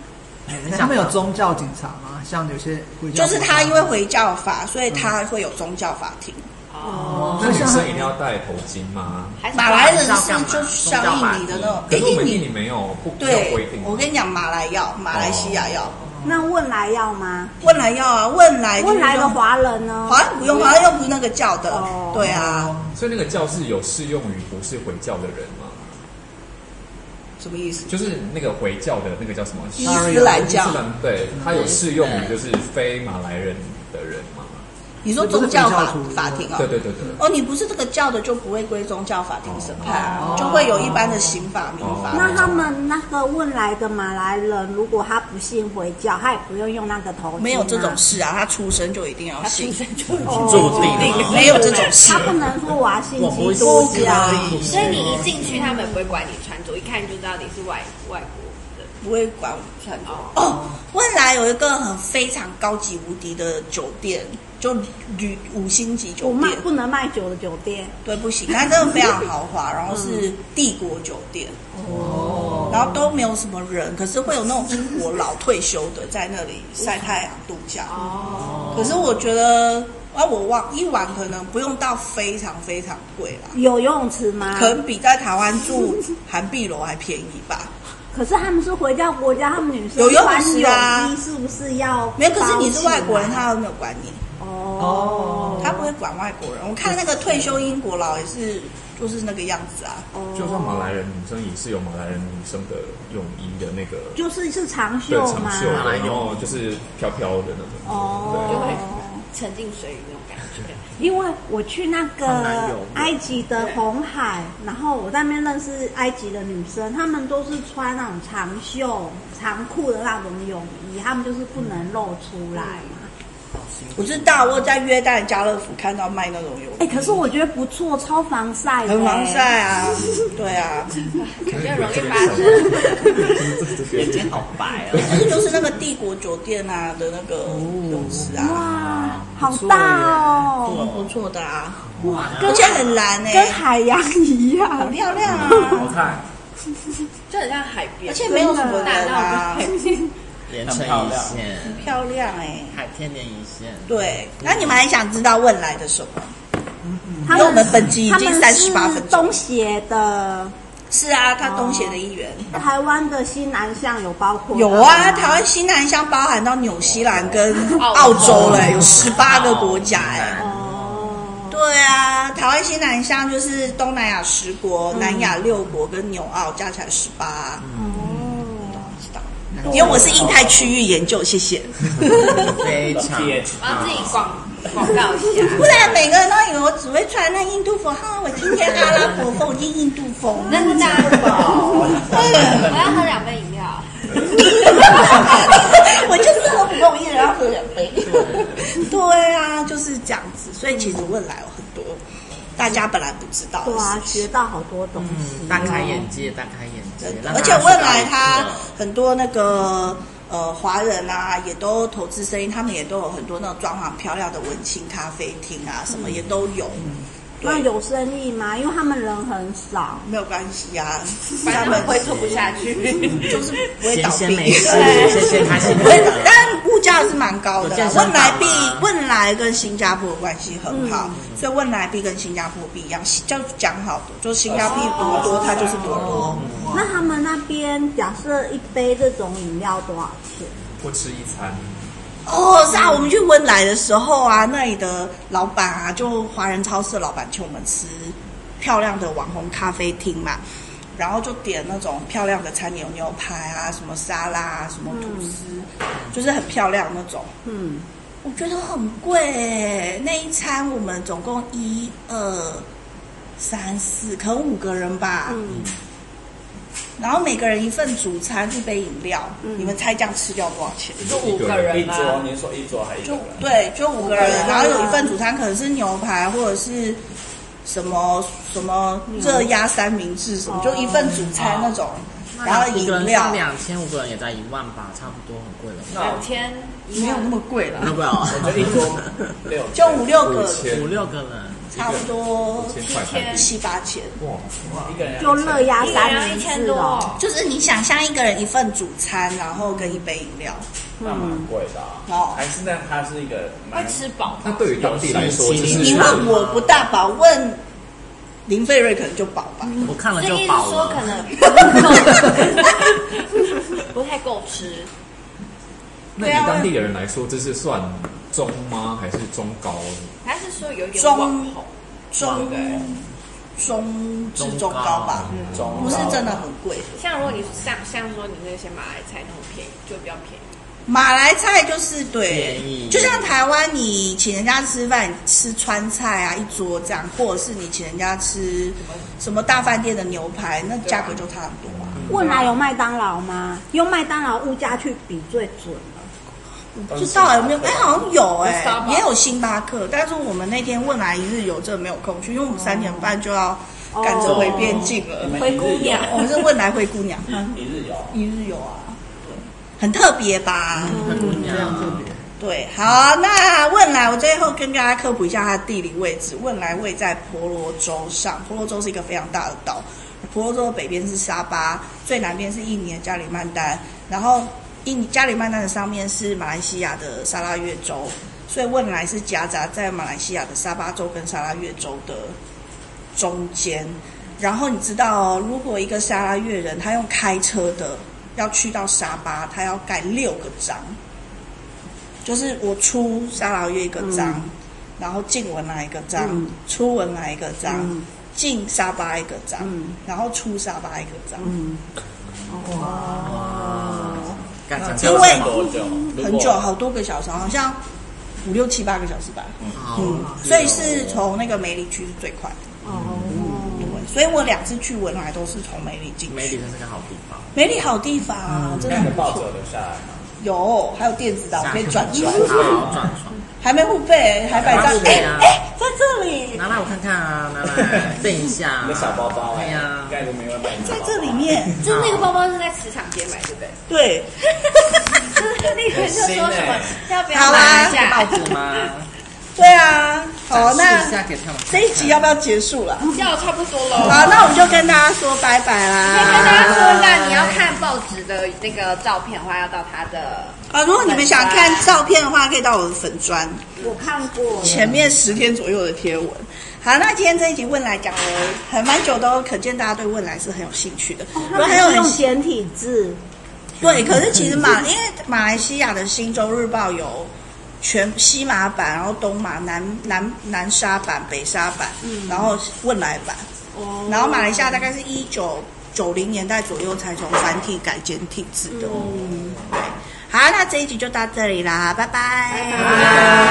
Speaker 5: 他们有宗教警察吗？像有些回教
Speaker 1: 就是他因为
Speaker 5: 警察
Speaker 1: 回教法，所以他会有宗教法庭。哦
Speaker 4: 那女生一定要戴头巾吗？
Speaker 7: 哦还是
Speaker 1: 马来人是就是像印尼的那种，
Speaker 4: 可是我
Speaker 1: 诶
Speaker 4: 们
Speaker 1: 印
Speaker 4: 印
Speaker 1: 尼
Speaker 4: 尼没有不没有规
Speaker 1: 对
Speaker 4: 定，，
Speaker 1: 我跟你讲，马来要，马来西亚要，
Speaker 6: 那汶莱要吗？
Speaker 1: 汶莱要啊，汶莱就是
Speaker 6: 汶莱的
Speaker 1: 用
Speaker 6: 华人呢？
Speaker 1: 华人不用，华人又不是那个教的
Speaker 6: 哦，
Speaker 1: 对啊，
Speaker 4: 所以那个教是有适用于不是回教的人吗？
Speaker 1: 什么意思？
Speaker 4: 就是那个回教的那个叫什么？
Speaker 1: 伊斯兰教
Speaker 4: 伊斯兰对，它有适用于就是非马来人的人吗？
Speaker 1: 你说宗教
Speaker 5: 不是
Speaker 1: 法
Speaker 5: 佛教徒
Speaker 1: 法庭啊
Speaker 4: 对？对对对，
Speaker 1: 哦，你不是这个教的，就不会归宗教法庭审判啊，就会有一般的刑法、民法。
Speaker 6: 那他们那个汶莱的马来人，如果他不信回教，他也不用用那个头巾啊、
Speaker 1: 没有这种事啊，他出生就一定要信，
Speaker 6: 哦
Speaker 9: 注定了
Speaker 1: 没有这种事
Speaker 6: 他。不能说我要信
Speaker 8: 我不
Speaker 6: 基督
Speaker 8: 信
Speaker 6: 教。
Speaker 7: 所以你一进去，他们也不会管你穿着，一看就知道你是外外国人。
Speaker 1: 不会管我穿着。哦，汶莱有一个很非常高级无敌的酒店，就旅五星级酒
Speaker 6: 我卖
Speaker 1: 店，
Speaker 6: 不能卖酒的酒店，
Speaker 1: 对，不行，它真的非常豪华，然后是帝国酒店。嗯哦，然后都没有什么人，可是会有那种英国老退休的在那里晒太阳度假。哦，可是我觉得啊，我忘一晚可能不用到非常非常贵啦，
Speaker 6: 有游泳池吗？
Speaker 1: 可能比在台湾 住韩碧楼还便宜吧。
Speaker 6: 可是他们是回教国家，他们女生
Speaker 1: 有游泳
Speaker 6: 穿
Speaker 1: 池
Speaker 6: 泳
Speaker 1: 啊
Speaker 6: 衣是不是要？
Speaker 1: 没有，可是你是外国人，他又没有管你。
Speaker 6: 哦
Speaker 1: 他不会管外国人。我看那个退休英国佬也是，就是那个样子啊。
Speaker 4: 就算马来人女生也是有马来人女生的泳衣的那个
Speaker 6: 就是是长
Speaker 4: 对
Speaker 6: 袖
Speaker 4: 长
Speaker 6: 吗？
Speaker 4: 袖的，然后就是飘飘的那种。
Speaker 7: 就会
Speaker 6: 哦。
Speaker 7: 沉浸水里那种感觉。
Speaker 6: 因为我去那
Speaker 3: 难
Speaker 6: 个
Speaker 3: 游
Speaker 6: 埃及的红海，然后我在那边认识埃及的女生，她们都是穿那种长袖、长裤的那种泳衣，她们就是不能露出来
Speaker 1: 嗯
Speaker 6: 嘛。
Speaker 1: 我知道，我有在约旦家乐福看到卖那种油，
Speaker 6: 哎、可是我觉得不错，超防晒的、
Speaker 1: 很防。晒啊，对啊，
Speaker 4: 感觉
Speaker 7: 容易发
Speaker 4: 生。
Speaker 8: 眼睛好白
Speaker 1: 可
Speaker 8: 哦，
Speaker 1: 是 就是那个帝国酒店啊的那个泳池啊，
Speaker 6: 哇，好大哦！
Speaker 1: 不错的啊，
Speaker 6: 哇，
Speaker 1: 而
Speaker 6: 跟
Speaker 1: 且很蓝哎、
Speaker 6: 跟海洋一
Speaker 1: 好
Speaker 6: 样。
Speaker 1: 漂亮
Speaker 9: 好
Speaker 1: 啊，
Speaker 9: 看，
Speaker 7: 就很像海边，
Speaker 1: 而且没有什么人啊，
Speaker 8: 连成一线，
Speaker 1: 很漂亮哎、
Speaker 8: 海天连一线，
Speaker 1: 对，那你们还想知道汶来的什么？
Speaker 6: 他
Speaker 1: 因为我们本集已
Speaker 6: 他
Speaker 1: 经
Speaker 6: 们
Speaker 1: 38分
Speaker 6: 是
Speaker 1: 钟
Speaker 6: 东协的，
Speaker 1: 是啊，他东协的一员。
Speaker 6: 台湾的西南向有包括
Speaker 1: 有
Speaker 6: 他们
Speaker 1: 啊，
Speaker 6: 吗
Speaker 1: 台湾西南向包含到纽西兰跟澳洲嘞，有十八个国家哎。
Speaker 6: 哦，
Speaker 1: 对啊，台湾西南向就是东南亚十国、南亚六国跟纽澳加起来十八。哦，知道。因为我是印太区域研究，谢谢。
Speaker 8: 非常
Speaker 7: 我要自己广广告一下。
Speaker 1: 不然每个人都以为我只会穿那印度风，哈，我今天阿拉伯风，我今天印度风。
Speaker 7: 那是大宝，我要喝两杯饮料。
Speaker 1: 我就是喝不够，一人要喝两杯。对啊，就是这样子。所以其实问来有很多大家本来不知道的
Speaker 6: 对啊，嗯
Speaker 1: 事情
Speaker 6: 学到好多东西，
Speaker 8: 大开眼界，大开眼界
Speaker 1: 真，的
Speaker 8: 让
Speaker 1: 而
Speaker 8: 大
Speaker 1: 且
Speaker 8: 家知道
Speaker 1: 问来他
Speaker 8: 一个
Speaker 1: 很多那个呃华人啊，也都投资生意，他们也都有很多那种装潢漂亮的文青咖啡厅啊，什么也都有。
Speaker 6: 那
Speaker 1: 对，
Speaker 6: 有生意吗？因为他们人很少，
Speaker 1: 没有关系啊，
Speaker 7: 反正
Speaker 1: 他们
Speaker 7: 他们不会做不下去，
Speaker 1: 就是不会倒
Speaker 8: 闲闲没
Speaker 1: 闭。
Speaker 8: 事，闲闲开心
Speaker 1: 不会的，但物价是蛮高的
Speaker 8: 有健
Speaker 1: 啦。
Speaker 8: 身
Speaker 1: 汶莱
Speaker 8: 房
Speaker 1: 币
Speaker 8: 吗，
Speaker 1: 汶莱跟新加坡关系很好，所以汶莱币跟新加坡币一样，就讲好的，就新加坡币多多，它就是多多。
Speaker 6: 那他们那边假设一杯这种饮料多少钱？
Speaker 4: 不吃一 餐，
Speaker 1: 哦，是啊，我们去汶莱的时候啊，那里的老板啊，就华人超市的老板请我们吃漂亮的网红咖啡厅嘛，然后就点那种漂亮的餐，有牛排啊，什么沙拉啊，什么吐司，就是很漂亮那种。
Speaker 6: 嗯，
Speaker 1: 我觉得很贵欸、那一餐我们总共一二三四，可能五个人吧。
Speaker 6: 嗯
Speaker 1: 然后每个人一份主餐，一杯饮料。你们猜这样吃掉多少钱？
Speaker 7: 就五个人
Speaker 9: 一
Speaker 7: 嘛。
Speaker 9: 桌，你是说一桌还一个
Speaker 1: 就
Speaker 9: 人？
Speaker 1: 对，就五个人，
Speaker 6: 人啊
Speaker 1: 然后有一份主餐可能是牛排或者是
Speaker 8: 哦
Speaker 1: 什么什么热压三明治什么，就一份主餐那种。然后
Speaker 8: 一个
Speaker 1: 饮
Speaker 8: 人
Speaker 1: 料
Speaker 8: 上嗯两千，五个人也在一万吧，差不多很贵了。
Speaker 7: 两千一
Speaker 10: 没有
Speaker 7: 万
Speaker 10: 那么贵了。
Speaker 8: 那不要
Speaker 9: 我觉得一桌六
Speaker 1: 就五六个
Speaker 4: 五，千
Speaker 8: 五六个人，
Speaker 1: 差不多
Speaker 4: 五千块
Speaker 1: 一
Speaker 4: 台币，
Speaker 1: 七八千。
Speaker 4: 哇，
Speaker 9: 一个人要
Speaker 6: 就热压
Speaker 7: 一个人
Speaker 6: 三
Speaker 7: 要
Speaker 6: 明
Speaker 7: 一千
Speaker 6: 治
Speaker 7: 多
Speaker 6: 哦。
Speaker 7: 哦，
Speaker 1: 就是你想象一个人一份主餐，然后跟一杯饮料，
Speaker 9: 那蛮贵的啊、
Speaker 1: 哦
Speaker 9: 还是那它是一个
Speaker 7: 会
Speaker 9: 蛮
Speaker 7: 吃饱吧
Speaker 4: 那对于当地来说，就
Speaker 1: 因
Speaker 4: 是
Speaker 1: 为我不大饱，问林费瑞可能就饱吧。
Speaker 8: 我看了
Speaker 7: 这
Speaker 8: 就
Speaker 7: 意思
Speaker 8: 饱
Speaker 7: 说
Speaker 8: 了。
Speaker 7: 可
Speaker 6: 嗯
Speaker 7: 能不够，不太够吃。
Speaker 4: 那以当地的人来说，这是算中吗？还是中高？
Speaker 7: 还是说有一点
Speaker 1: 中
Speaker 7: 网红？
Speaker 1: 中中至中高吧，
Speaker 9: 中
Speaker 1: 不是真的很贵。
Speaker 7: 像如果你像像说你那些马来菜那种便宜，就比较便宜。
Speaker 1: 马来菜就是对
Speaker 8: 便宜，
Speaker 1: 就像台湾你请人家吃饭，你吃川菜啊一桌这样，或者是你请人家吃什么大饭店的牛排，那价格就差很多啊。
Speaker 6: 问来有麦当劳吗？用麦当劳物价去比最准了。
Speaker 1: 不知道有没有？哎，好像有哎、
Speaker 7: Starbucks
Speaker 1: 也有星巴克，但是我们那天问来一日游，这没有空去，因为我们三点半就要赶着回边境了。
Speaker 7: 灰姑娘
Speaker 1: 我们是问来灰姑娘，
Speaker 9: 一日游，
Speaker 1: 一日游啊，对，很特别吧？
Speaker 5: 非常特别。
Speaker 1: 对，好，啊那汶莱，我最后跟大家科普一下它的地理位置。汶莱位在婆罗洲上，婆罗洲是一个非常大的岛。婆罗洲的北边是沙巴，最南边是印尼的加里曼丹，然后印尼加里曼丹的上面是马来西亚的沙拉越州，所以汶莱是夹杂在马来西亚的沙巴州跟沙拉越州的中间。然后你知道哦、如果一个沙拉越人他用开车的要去到沙巴，他要盖六个章。就是我出沙劳越一个章，然后进文莱一个章，
Speaker 6: 嗯
Speaker 1: 出文莱一个章，
Speaker 6: 嗯
Speaker 1: 进沙巴一个章，
Speaker 6: 嗯
Speaker 1: 然后出沙巴一个章，
Speaker 6: 嗯，
Speaker 8: 干讲
Speaker 1: 因为
Speaker 9: 多久？如果
Speaker 1: 很久，好多个小时，好像五六七八个小时吧。
Speaker 3: 哦
Speaker 8: 好
Speaker 1: 嗯，
Speaker 3: 啊
Speaker 1: 所以是从那个梅里去是最快的。
Speaker 6: 哦，
Speaker 1: 对，所以我两次去文莱都是从梅里进去。
Speaker 8: 梅里真是个好地方，
Speaker 1: 梅里好地方啊，真的
Speaker 9: 那个
Speaker 1: 很不
Speaker 9: 抱
Speaker 1: 错
Speaker 9: 着。留下来吗？
Speaker 1: 有，还有电子哦岛可以转转，
Speaker 8: 好转转。
Speaker 1: 还没互背，还摆
Speaker 8: 拿
Speaker 1: 张
Speaker 8: 互。
Speaker 1: 哎
Speaker 8: 背啊
Speaker 1: 哎，在这里，
Speaker 8: 拿来我看看啊，拿来背一下啊。
Speaker 9: 你的小包包哎、
Speaker 8: 对呀
Speaker 9: 应，该都没有人买你的
Speaker 1: 在
Speaker 9: 包包
Speaker 1: 这里面，
Speaker 7: 就是那个包包是在磁场街买，对不对？
Speaker 1: 对。
Speaker 7: 就是那个人就说什么要不
Speaker 1: 好啊
Speaker 7: 要买
Speaker 8: 拿
Speaker 7: 一
Speaker 8: 一下
Speaker 7: 下？
Speaker 8: 帽子 吗？
Speaker 1: 对啊，好，
Speaker 8: 展示一
Speaker 1: 那
Speaker 8: 下给他们看看。
Speaker 1: 这一集要不要结束了？
Speaker 7: 要差不多
Speaker 1: 好，啊
Speaker 7: 喽。
Speaker 1: 那我们就跟大家说拜拜
Speaker 7: 先跟
Speaker 1: 啦。
Speaker 7: 大家说一下，你要看报纸的那个照片的话，要到他的
Speaker 1: 啊，如果你们想看照片的话，可以到我的粉砖
Speaker 6: 我看过。
Speaker 1: 前面十天左右的贴文。好，那今天这一集问来讲了很蛮久的哦，可见大家对问来是很有兴趣的。如
Speaker 6: 哦他
Speaker 1: 果
Speaker 6: 们
Speaker 1: 还有
Speaker 6: 是
Speaker 1: 人
Speaker 6: 用简体字，
Speaker 1: 对，可是其实马，因 为马来西亚的《新洲日报》有全西马版，然后东马、南南南沙版、北沙版，然后汶莱版。
Speaker 6: 哦
Speaker 1: 然后马来西亚大概是一九九零年代左右才从繁体改简体字的。对，好，那这一集就到这里啦，拜拜。拜拜